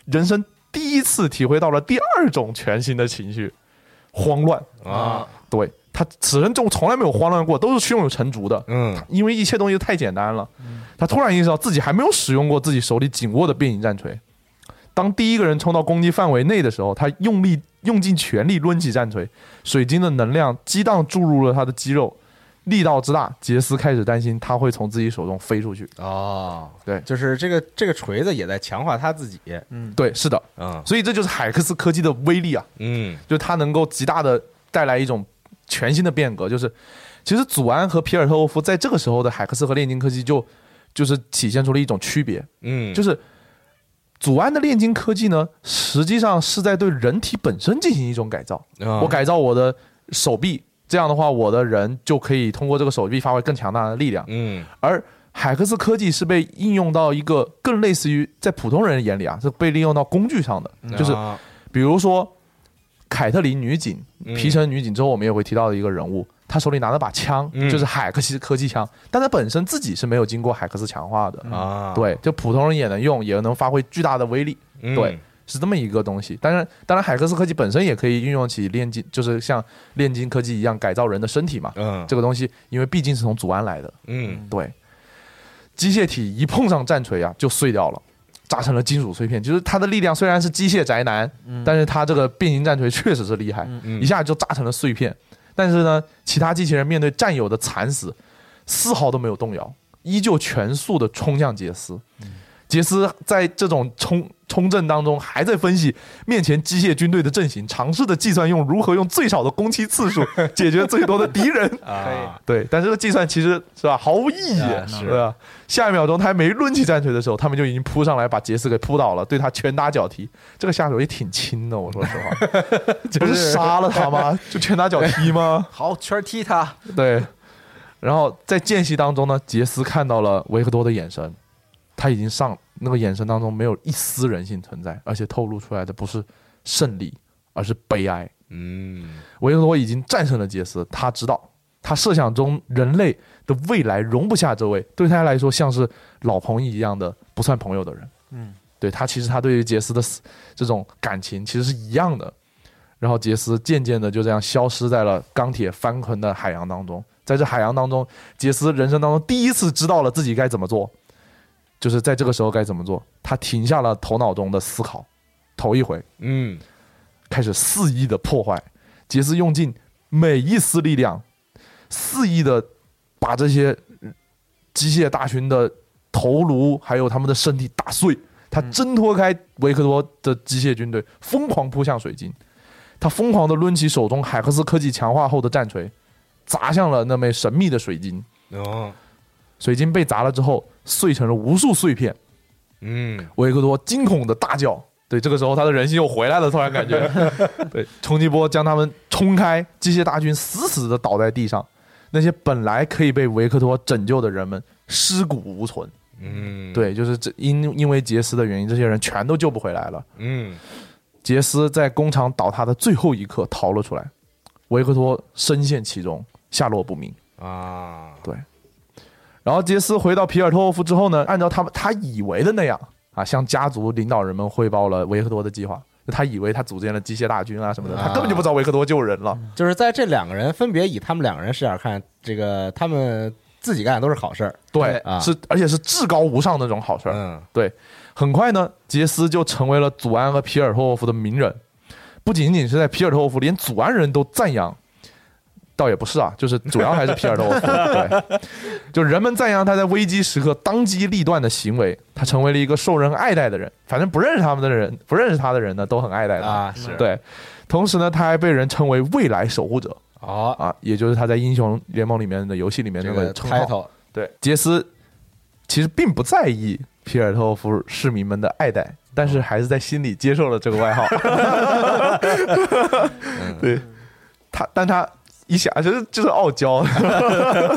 S6: 人生第一次体会到了第二种全新的情绪——慌乱。
S2: 啊，
S6: 对他此人就从来没有慌乱过，都是胸有成竹的。
S2: 嗯，
S6: 因为一切东西太简单了，他突然意识到自己还没有使用过自己手里紧握的变形战锤。当第一个人冲到攻击范围内的时候，他用力用尽全力抡起战锤，水晶的能量激荡注入了他的肌肉，力道之大，杰斯开始担心他会从自己手中飞出去。
S2: 哦，
S6: 对
S2: 就是这个这个锤子也在强化他自己。
S6: 对，是的，
S2: 嗯
S6: 所以这就是海克斯科技的威力啊，
S2: 嗯
S6: 就是它能够极大的带来一种全新的变革。就是其实祖安和皮尔特沃夫在这个时候的海克斯和炼金科技就就是体现出了一种区别，
S2: 嗯，
S6: 就是是祖安的炼金科技呢，实际上是在对人体本身进行一种改造。
S2: 啊
S6: 我改造我的手臂，这样的话，我的人就可以通过这个手臂发挥更强大的力量。
S2: 嗯
S6: 而海克斯科技是被应用到一个更类似于在普通人眼里啊，是被利用到工具上的，嗯就是
S2: 啊
S6: 比如说凯特琳女警、
S2: 嗯
S6: 皮城女警之后，我们也会提到的一个人物，她手里拿了把枪，
S2: 嗯
S6: 就是海克斯科技枪，但她本身自己是没有经过海克斯强化的。
S2: 啊，
S6: 对，就普通人也能用，也能发挥巨大的威力，
S2: 嗯
S6: 对是这么一个东西。当然，当然，海克斯科技本身也可以运用起炼金，就是像炼金科技一样改造人的身体嘛。
S2: 嗯
S6: 这个东西，因为毕竟是从祖安来的，
S2: 嗯
S6: 对，机械体一碰上战锤啊，就碎掉了，炸成了金属碎片。就是它的力量虽然是机械宅男，但是它这个变形战锤确实是厉害，
S2: 嗯
S6: 一下就炸成了碎片。但是呢，其他机器人面对战友的惨死，丝毫都没有动摇，依旧全速的冲向杰斯。杰斯在这种冲冲阵当中，还在分析面前机械军队的阵型，尝试着计算用如何用最少的攻击次数解决最多的敌人。
S2: 啊，
S6: 对，但这个计算其实是吧毫无意义，
S2: 啊是
S6: 对吧？下一秒钟他还没抡起战锤的时候，他们就已经扑上来把杰斯给扑倒了，对他拳打脚踢。这个下手也挺轻的，我说实 话，不是杀了他吗？就拳打脚踢吗？
S7: 好，圈踢他。
S6: 对。然后在间隙当中呢，杰斯看到了维克多的眼神，他已经上那个眼神当中没有一丝人性存在，而且透露出来的不是胜利，而是悲哀。
S2: 嗯
S6: 维克多已经战胜了杰斯，他知道他设想中人类的未来容不下这位对他来说像是老朋友一样的不算朋友的人。
S7: 嗯，
S6: 对他其实他对于杰斯的死这种感情其实是一样的。然后杰斯渐渐的就这样消失在了钢铁翻腾的海洋当中，在这海洋当中，杰斯人生当中第一次知道了自己该怎么做，就是在这个时候该怎么做。他停下了头脑中的思考，头一回，
S2: 嗯
S6: 开始肆意的破坏。杰斯用尽每一丝力量，肆意的把这些机械大群的头颅还有他们的身体打碎。他挣脱开维克多的机械军队，疯狂扑向水晶。他疯狂的抡起手中海克斯科技强化后的战锤，砸向了那枚神秘的水晶。
S2: 哦
S6: 水晶被砸了之后，碎成了无数碎片。
S2: 嗯
S6: 维克多惊恐的大叫。对，这个时候他的人性又回来了，突然感觉，对，冲击波将他们冲开，机械大军死死的倒在地上，那些本来可以被维克多拯救的人们尸骨无存。
S2: 嗯
S6: 对，就是这因因为杰斯的原因，这些人全都救不回来了。
S2: 嗯
S6: 杰斯在工厂倒塌的最后一刻逃了出来，维克多深陷其中，下落不明。
S2: 啊
S6: 然后杰斯回到皮尔特沃夫之后呢，按照他们他以为的那样啊，向家族领导人们汇报了维克多的计划。他以为他组建了机械大军啊什么的，
S2: 啊
S6: 他根本就不知道维克多救人了。
S2: 就是在这两个人分别以他们两个人视角看，这个他们自己干的都是好事儿。
S6: 对
S2: 啊，
S6: 是而且是至高无上的那种好事儿。
S2: 嗯，
S6: 很快呢，杰斯就成为了祖安和皮尔特沃夫的名人，不仅仅是在皮尔特沃夫，连祖安人都赞扬。倒也不是啊，就是主要还是皮尔特沃夫。对，就人们赞扬他在危机时刻当机立断的行为，他成为了一个受人爱戴的人。反正不认识他们的人，不认识他的人呢，都很爱戴他。
S2: 啊是
S6: 对，同时呢，他还被人称为未来守护者
S2: 哦，
S6: 啊，也就是他在英雄联盟里面的游戏里面
S2: 这
S6: 那
S2: 个
S6: 称号。
S2: title
S6: 对，杰斯其实并不在意皮尔特沃夫市民们的爱戴，但是还是在心里接受了这个外号。 对，他但他一想就是就是傲娇，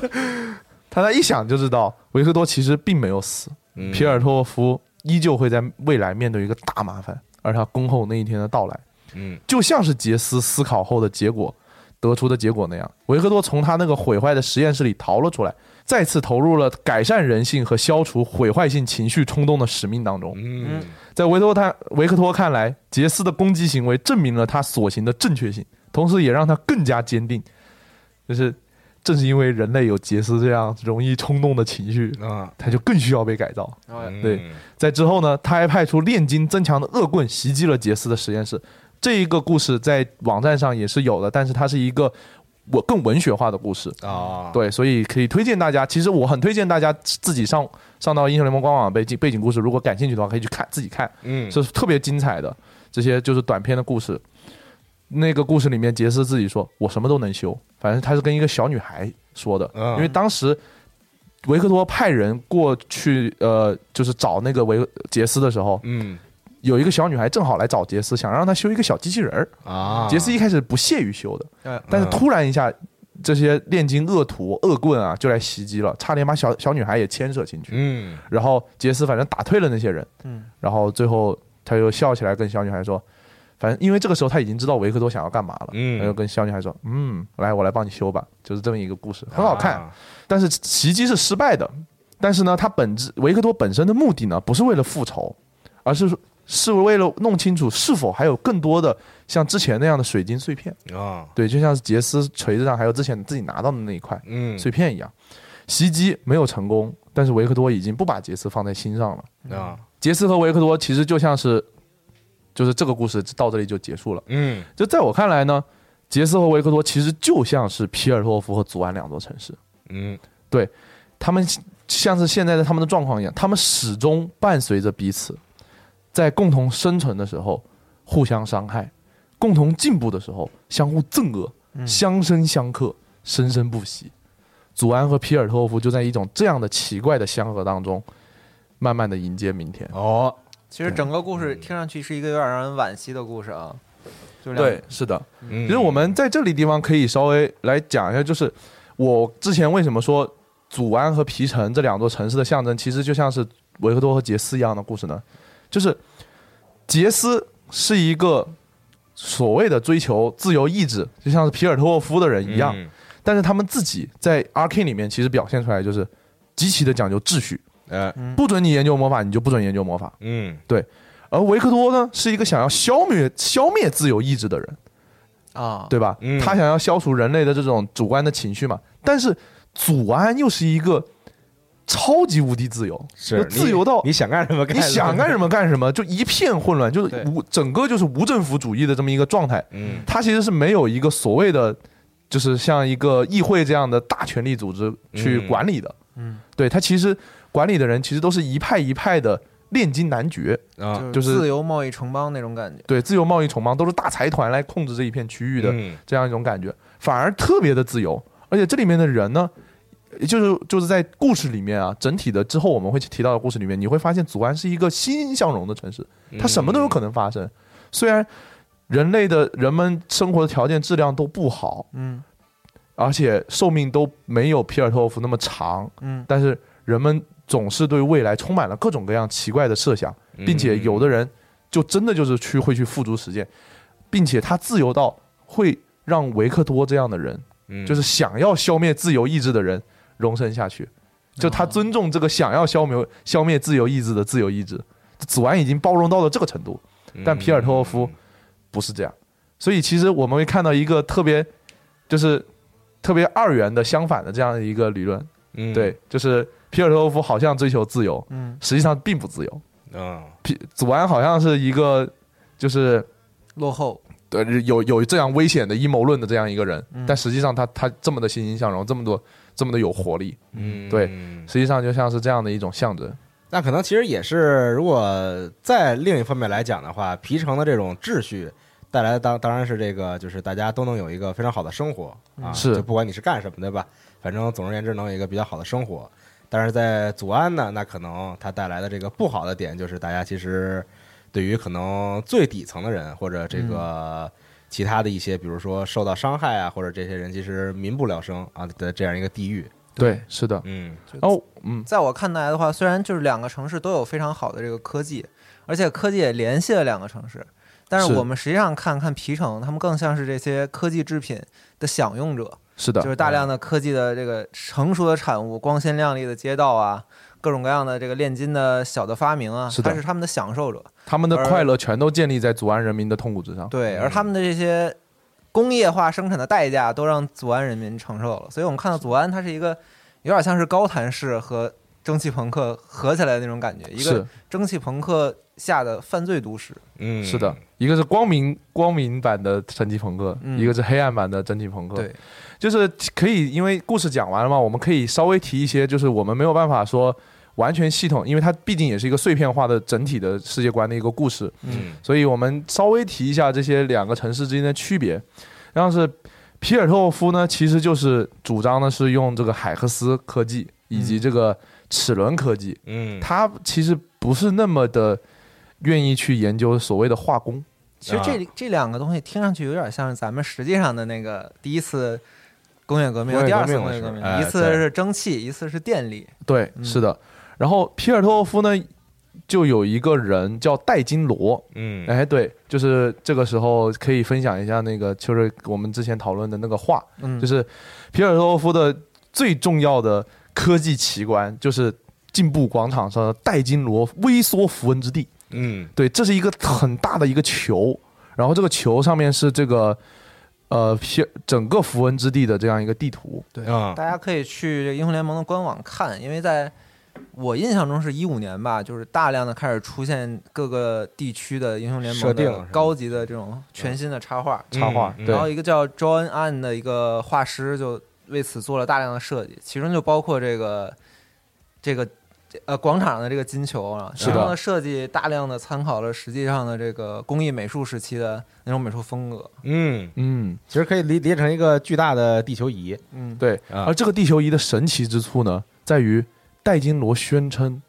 S6: 他他一想就知道维克多其实并没有死，
S2: 嗯
S6: 皮尔特沃夫依旧会在未来面对一个大麻烦，而他恭候那一天的到来。
S2: 嗯
S6: 就像是杰斯思考后的结果得出的结果那样，维克多从他那个毁坏的实验室里逃了出来，再次投入了改善人性和消除毁坏性情绪冲动的使命当中。
S2: 嗯
S6: 在维多他维克托看来，杰斯的攻击行为证明了他所行的正确性，同时也让他更加坚定，就是正是因为人类有杰斯这样容易冲动的情绪，
S2: 啊，
S6: 他就更需要被改造。
S2: 嗯
S6: 对，在之后呢，他还派出炼金增强的恶棍袭击了杰斯的实验室。这一个故事在网站上也是有的，但是它是一个我更文学化的故事。
S2: 哦，
S6: 对，所以可以推荐大家。其实我很推荐大家自己上上到英雄联盟官网背景背景故事，如果感兴趣的话，可以去看自己看，
S2: 嗯
S6: 这是特别精彩的。这些就是短篇的故事。那个故事里面，杰斯自己说：“我什么都能修。”反正他是跟一个小女孩说的，
S2: 嗯
S6: 因为当时维克多派人过去，呃，就是找那个维杰斯的时候，
S2: 嗯
S6: 有一个小女孩正好来找杰斯，想让他修一个小机器人儿。
S2: 啊，
S6: 杰斯一开始不屑于修的，
S7: 嗯
S6: 但是
S2: 嗯
S6: 突然一下，这些炼金恶徒、恶棍啊就来袭击了，差点把小小女孩也牵扯进去。
S2: 嗯
S6: 然后杰斯反正打退了那些人，
S7: 嗯，
S6: 然后最后他又笑起来跟小女孩说，反正因为这个时候他已经知道维克多想要干嘛了，
S2: 嗯
S6: 他就跟小女孩说，嗯，来我来帮你修吧，就是这么一个故事，很好看。
S2: 啊
S6: 但是袭击是失败的。但是呢，他本质维克多本身的目的呢，不是为了复仇，而是是为了弄清楚是否还有更多的像之前那样的水晶碎片。
S2: 啊
S6: 对，就像是杰斯锤子上还有之前自己拿到的那一块
S2: 嗯
S6: 碎片一样。袭击没有成功，但是维克多已经不把杰斯放在心上了。
S2: 啊
S6: 杰斯和维克多其实就像是，就是这个故事到这里就结束了。
S2: 嗯
S6: 就在我看来呢，杰斯和维克多其实就像是皮尔托夫和祖安两座城市。
S2: 嗯
S6: 他们像是现在的他们的状况一样，他们始终伴随着彼此，在共同生存的时候互相伤害，共同进步的时候相互憎恶，相生相克，生生不息。祖安和皮尔特沃夫就在一种这样的奇怪的相合当中，慢慢的迎接明天。
S2: 哦，
S7: 其实整个故事听上去是一个有点让人惋惜的故事啊，就两
S6: 对，是的。
S2: 其
S6: 其实我们在这里地方可以稍微来讲一下，就是我之前为什么说祖安和皮城这两座城市的象征，其实就像是维克多和杰斯一样的故事呢？就是杰斯是一个所谓的追求自由意志，就像是皮尔特沃夫的人一样，
S2: 嗯
S6: 但是他们自己在 R K 里面其实表现出来就是极其的讲究秩序，
S2: 呃
S6: 不准你研究魔法，你就不准研究魔法。
S2: 嗯
S6: 而维克多呢，是一个想要消灭消灭自由意志的人。
S7: 啊，
S6: 对吧？
S2: 嗯
S6: 他想要消除人类的这种主观的情绪嘛。但是祖安又是一个超级无敌自由，
S2: 是
S6: 就自由到
S2: 你想干什么干
S6: 你
S2: 什么，
S6: 想干什么干什么，就一片混乱，就是
S7: 对
S6: 无整个就是无政府主义的这么一个状态。
S2: 嗯
S6: 他其实是没有一个所谓的，就是像一个议会这样的大权力组织去管理的。
S7: 嗯，
S6: 对他其实管理的人其实都是一派一派的炼金男爵，
S2: 啊
S6: 就是
S7: 自由贸易城邦那种感觉。
S6: 对自由贸易城邦都是大财团来控制这一片区域的。
S2: 嗯
S6: 这样一种感觉，反而特别的自由。而且这里面的人呢，就是就是在故事里面啊，整体的之后我们会去提到的故事里面，你会发现祖安是一个欣欣向荣的城市，
S2: 嗯
S6: 它什么都有可能发生。虽然人类的人们生活的条件质量都不好，
S7: 嗯
S6: 而且寿命都没有皮尔特沃夫那么长，
S7: 嗯，
S6: 但是人们总是对未来充满了各种各样奇怪的设想。
S2: 嗯
S6: 并且有的人就真的就是去会去付诸实践，并且他自由到会让维克多这样的人，
S2: 嗯
S6: 就是想要消灭自由意志的人容身下去，
S2: 哦
S6: 就他尊重这个想要消灭消灭自由意志的自由意志。祖安已经包容到了这个程度，
S2: 嗯
S6: 但皮尔特沃夫不是这样。所以其实我们会看到一个特别，就是特别二元的相反的这样的一个理论。
S2: 嗯，
S6: 对，就是皮尔特沃夫好像追求自由，
S7: 嗯，
S6: 实际上并不自由。
S2: 嗯，
S6: 皮祖安好像是一个就是
S7: 落后，
S6: 对呃有有这样危险的阴谋论的这样一个人，
S7: 嗯
S6: 但实际上他他这么的欣欣向荣，这么多这么的有活力，
S2: 嗯，
S6: 对实际上就像是这样的一种象征。
S2: 那可能其实也是，如果在另一方面来讲的话，皮城的这种秩序带来的当当然是这个，就是大家都能有一个非常好的生活啊，
S6: 是
S2: 就不管你是干什么的吧，反正总而言之能有一个比较好的生活。但是在祖安呢，那可能它带来的这个不好的点就是，大家其实对于可能最底层的人或者这个其他的一些，比如说受到伤害啊，或者这些人其实民不聊生啊的这样一个地域，
S6: 对，是的。
S2: 嗯
S6: 哦，嗯，
S7: 在我看来的话，虽然就是两个城市都有非常好的这个科技，而且科技也联系了两个城市，但是
S6: 是
S7: 我们实际上看看皮城，他们更像是这些科技制品的享用者，
S6: 是
S7: 就
S6: 的，
S7: 是
S2: 哎
S7: 大量的科技的这个成熟的产物，光鲜亮丽的街道啊，各种各样的这个炼金的小的发明啊
S6: 是，的
S7: 它是他们的享受者。
S6: 他们的
S7: 而
S6: 快乐全都建立在祖安人民的痛苦之上。
S7: 对，
S2: 嗯
S7: 而他们的这些工业化生产的代价都让祖安人民承受了，所以我们看到祖安它是一个有点像是高谭市和蒸汽朋克合起来的那种感觉，一
S6: 是
S7: 个蒸汽朋克下的犯罪都市。
S2: 嗯，
S6: 是的，，一个是光明光明版的神奇朋克，
S7: 嗯
S6: 一个是黑暗版的蒸汽朋克。
S7: 对，
S6: 就是可以，因为故事讲完了嘛，我们可以稍微提一些，就是我们没有办法说完全系统，因为它毕竟也是一个碎片化的整体的世界观的一个故事，
S2: 嗯
S6: 所以我们稍微提一下这些两个城市之间的区别。然后是皮尔特沃夫呢，其实就是主张的是用这个海克斯科技以及这个齿轮科技，
S2: 嗯，
S6: 他其实不是那么的愿意去研究所谓的化工。
S7: 其实
S2: 啊
S7: 这、这两个东西听上去有点像是咱们实际上的那个第一次工业革命、
S2: 工业
S7: 第
S2: 革
S7: 二
S2: 命
S7: 次工业
S2: 是
S7: 革命，
S2: 哎
S7: 一次
S2: 对
S7: 是蒸汽，一次是电力。
S6: 对，
S7: 嗯
S6: 是的。然后皮尔特沃夫呢，就有一个人叫戴金罗，
S2: 嗯，
S6: 哎，对，就是这个时候可以分享一下那个，就是我们之前讨论的那个画，
S7: 嗯，
S6: 就是皮尔特沃夫的最重要的科技奇观，就是进步广场上的戴金罗微缩符文之地。
S2: 嗯
S6: 对，这是一个很大的一个球，然后这个球上面是这个呃皮整个符文之地的这样一个地图。对
S2: 啊，
S7: 大家可以去这个英雄联盟的官网看，因为在我印象中是一五年吧，就是大量的开始出现各个地区的英雄联
S2: 设
S7: 盟
S2: 定
S7: 的
S2: 是吧
S7: 高级的这种全新的插画，
S6: 插画
S2: 嗯
S6: 对
S7: 然后一个叫 John An 的一个画师就为此做了大量的设计，其中就包括这个这个呃广场的这个金球啊，
S2: 是
S6: 的
S7: 其中的设计大量的参考了实际上的这个工艺美术时期的那种美术风格，
S2: 嗯，
S6: 嗯，
S2: 其实可以理理解成一个巨大的地球仪
S7: 嗯，
S6: 对，
S2: 啊
S6: 而这个地球仪的神奇之处呢，在于戴金罗宣称，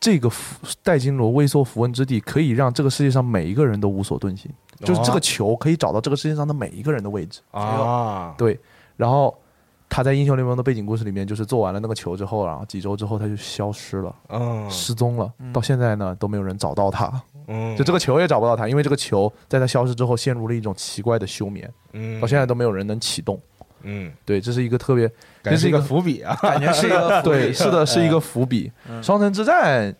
S6: 这个符戴金罗微缩符文之地可以让这个世界上每一个人都无所遁形，
S2: 哦
S6: 就是这个球可以找到这个世界上的每一个人的位置。
S2: 啊，
S6: 对然后他在英雄联盟的背景故事里面，就是做完了那个球之后，然后几周之后他就消失了，
S2: 嗯
S6: 失踪了，
S7: 嗯
S6: 到现在呢都没有人找到他，
S2: 嗯，
S6: 就这个球也找不到他，因为这个球在他消失之后陷入了一种奇怪的休眠，
S2: 嗯，
S6: 到现在都没有人能启动。
S2: 嗯，
S6: 对，这是一个特别，
S2: 感觉
S6: 这
S2: 是
S6: 是
S2: 一
S6: 一
S2: 个
S6: 个
S2: 伏笔啊，
S7: 感觉是 一 个福
S6: 对，
S7: 利
S6: 是的，是一个伏笔。双城之战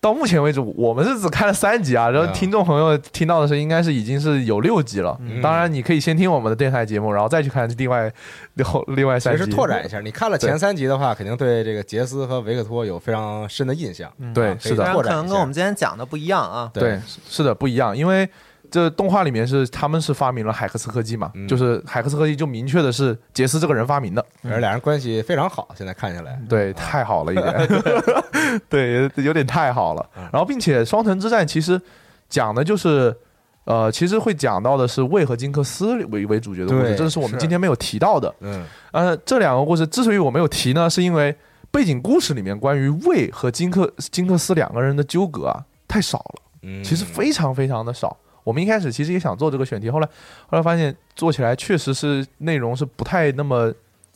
S6: 到目前为止，我们是只看了三集啊，然后
S2: 嗯
S6: 听众朋友听到的是应该是已经是有六集了。
S2: 嗯
S6: 当然，你可以先听我们的电台节目，然后再去看另外六另外
S2: 其
S6: 三集，
S2: 实拓展一。下，你看了前
S6: 对
S2: 三集的话，肯定对这个杰斯和维克托有非常深的印象，
S7: 嗯
S6: 对
S2: 啊
S6: 是的
S7: 虽然
S2: 拓
S7: 可
S2: 展一
S7: 能
S2: 下
S7: 跟我们今天讲的不一样啊，
S6: 对，是的，不一样，因为这动画里面是他们是发明了海克斯科技嘛，
S2: 嗯
S6: 就是海克斯科技就明确的是杰斯这个人发明的，
S2: 而俩人关系非常好，现在看起来，
S6: 对，太好了一点，
S2: 嗯
S6: 对，有有点太好了。然后，并且双城之战其实讲的就是，呃，其实会讲到的是魏和金克斯为为主角的故
S2: 对
S6: 事，这是我们
S7: 是
S6: 今天没有提到的。
S2: 嗯
S6: 呃，这两个故事之所以我没有提呢，是因为背景故事里面关于魏和金克金克斯两个人的纠葛啊太少了。
S2: 嗯，
S6: 其实非常非常的少。我们一开始其实也想做这个选题，后来后来发现做起来确实是内容是不太那么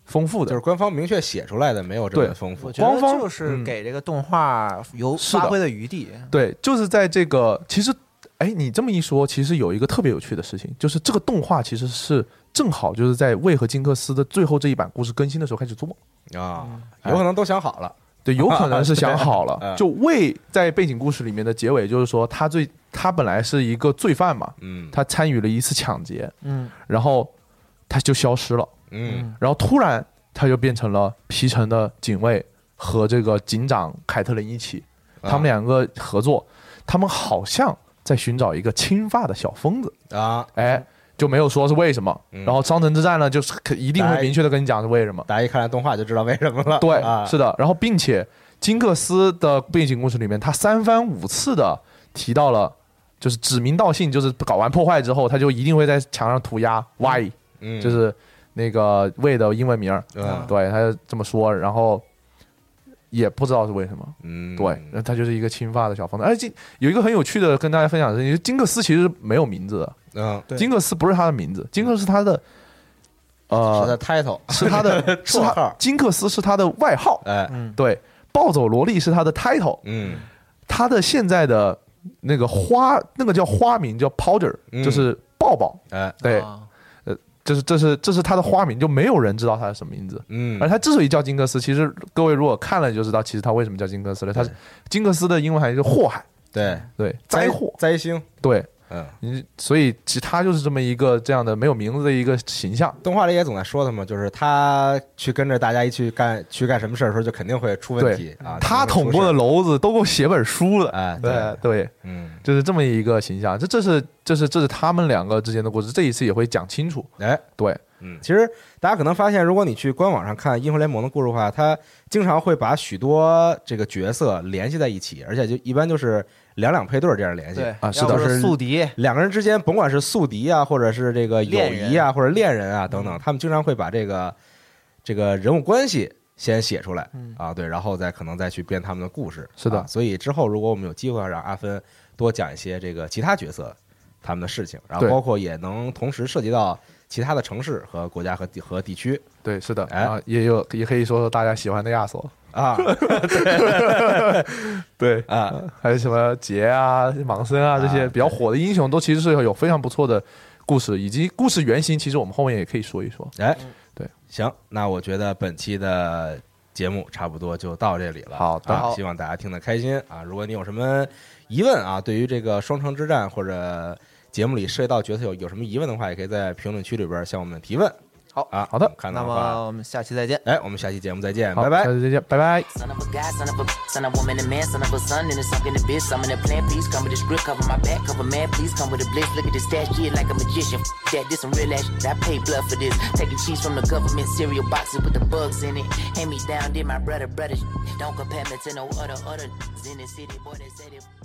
S6: 丰富
S2: 就
S6: 的
S2: 是。官方明确写出来的没有这么
S6: 对
S2: 丰富
S7: 我，觉得
S6: 官方
S7: 就是
S6: 嗯
S7: 给这个动画有
S6: 是的
S7: 发挥的余地。
S6: 对，就是在这个其实，哎，你这么一说，其实有一个特别有趣的事情，就是这个动画其实是正好就是在魏和金克斯的最后这一版故事更新的时候开始做。
S2: 啊，
S6: 嗯哎
S2: 有可能都想好了，
S6: 对，有可能是想 好
S2: 对嗯
S6: 了。就魏在背景故事里面的结尾，就是说他最他本来是一个罪犯嘛，
S2: 嗯
S6: 他参与了一次抢劫，
S7: 嗯
S6: 然后他就消失了，
S2: 嗯
S6: 然后突然他就变成了皮城的警卫和这个警长凯特琳一起，
S2: 啊
S6: 他们两个合作，他们好像在寻找一个金发的小疯子，
S2: 啊，
S6: 哎，就没有说是为什么。
S2: 嗯
S6: 然后商城之战呢，就是可一定会明确的跟你讲是为什么。
S2: 大家一看来动画就知道为什么了。
S6: 对，
S2: 啊，
S6: 是的。然后并且金克斯的背景故事里面，他三番五次的提到了，就是指名道姓，就是搞完破坏之后，他就一定会在墙上涂鸦 Y，、
S2: 嗯，
S6: 就是那个魏的英文名儿。
S2: 嗯
S6: 对，他就这么说，然后也不知道是为什么。
S2: 嗯，
S6: 对，那他就是一个金发的小方子。而且金有一个很有趣的跟大家分享的事情，金克斯其实没有名字的，
S2: 嗯，
S3: 对
S6: 金克斯不是他的名字，金克斯是他的，
S2: 是
S6: 呃
S2: 的，title，
S6: 是他的 是
S2: 绰
S6: 他
S2: 号
S6: 金克斯是他的外号，
S2: 哎，
S7: 嗯，
S6: 对，暴走萝莉是他的 title，
S2: 嗯
S6: 他的现在的那个花那个叫花名叫 Powder，
S2: 嗯
S6: 就是抱抱，
S2: 哎，
S6: 对，
S3: 啊
S6: 就是这是这是他的花名，就没有人知道他是什么名字。
S2: 嗯
S6: 而，他之所以叫金克斯，其实各位如果看了就知道，其实他为什么叫金克斯了。他是金克斯的英文含义是祸害，
S2: 对，
S6: 对，灾祸，
S2: 灾星，
S6: 对，
S2: 嗯，
S6: 你所以其实他就是这么一个这样的没有名字的一个形象，
S2: 动画里也总在说他嘛，就是他去跟着大家一起干去干什么事儿的时候，就肯定会出问题啊。肯
S6: 他
S2: 定
S6: 捅
S2: 会出事
S6: 过的
S2: 儿
S6: 娄子都够写本书的，
S2: 哎，
S6: 对
S2: 对，
S6: 对，
S2: 嗯，
S6: 就是这么一个形象，这这是这是这是他们两个之间的故事，这一次也会讲清楚，
S2: 哎，
S6: 对，
S2: 嗯，其实大家可能发现，如果你去官网上看《英雄联盟》的故事的话，它经常会把许多这个角色联系在一起，而且就一般就是两两配对儿这样联系。
S7: 对
S6: 啊是的
S7: 要不
S2: 是
S7: 是宿敌，
S2: 两个人之间，甭管是宿敌啊，或者是这个友
S7: 恋嗯
S2: 谊啊，或者恋人啊等等，他们经常会把这个这个人物关系先写出来
S7: 嗯
S2: 啊，对，然后再可能再去编他们的故事。
S6: 是的
S2: 啊所以之后如果我们有机会啊要让阿芬多讲一些这个其他角色他们的事情，然后
S6: 对
S2: 包括也能同时涉及到其他的城市和国家和地和地区
S6: 对，是的，
S2: 哎
S6: 啊，也有也可以说说大家喜欢的亚索，
S2: 啊
S6: 对
S2: 啊，
S6: 还有什么杰啊、盲僧啊这些
S2: 啊
S6: 比较火的英雄，都其实是有非常不错的故事，以及故事原型，其实我们后面也可以说一说。
S2: 哎，
S7: 嗯
S6: 对，
S2: 行，那我觉得本期的节目差不多就到这里了。
S6: 好的
S2: 啊
S7: 好
S2: 希望大家听得开心啊！如果你有什么疑问啊，对于这个双城之战或者节目里涉及到角色有有什么疑问的话，也可以在评论区里边向我们提问。
S7: 好
S2: 啊，
S6: 好的
S2: 看到
S7: 那
S2: 的话，
S7: 么我们下期再见。
S2: 哎，我们下期节目再见，
S6: 好
S2: 拜拜
S6: 下。次再见，拜拜。
S8: Son of a guy, son of a son of a woman, a man, son of a son, and a sunk in the bitch. I'm in a plan, please come with a script, cover my back, cover man, please come with a blitz. Look at this stash, yeah, like a magician. F- that this some real ass. shit. I pay blood for this. Taking cheese from the government cereal boxes with the bugs in it. Hand me down, did my brother, brother. shit. Don't compare me to no other, other in the city, boy. They say they.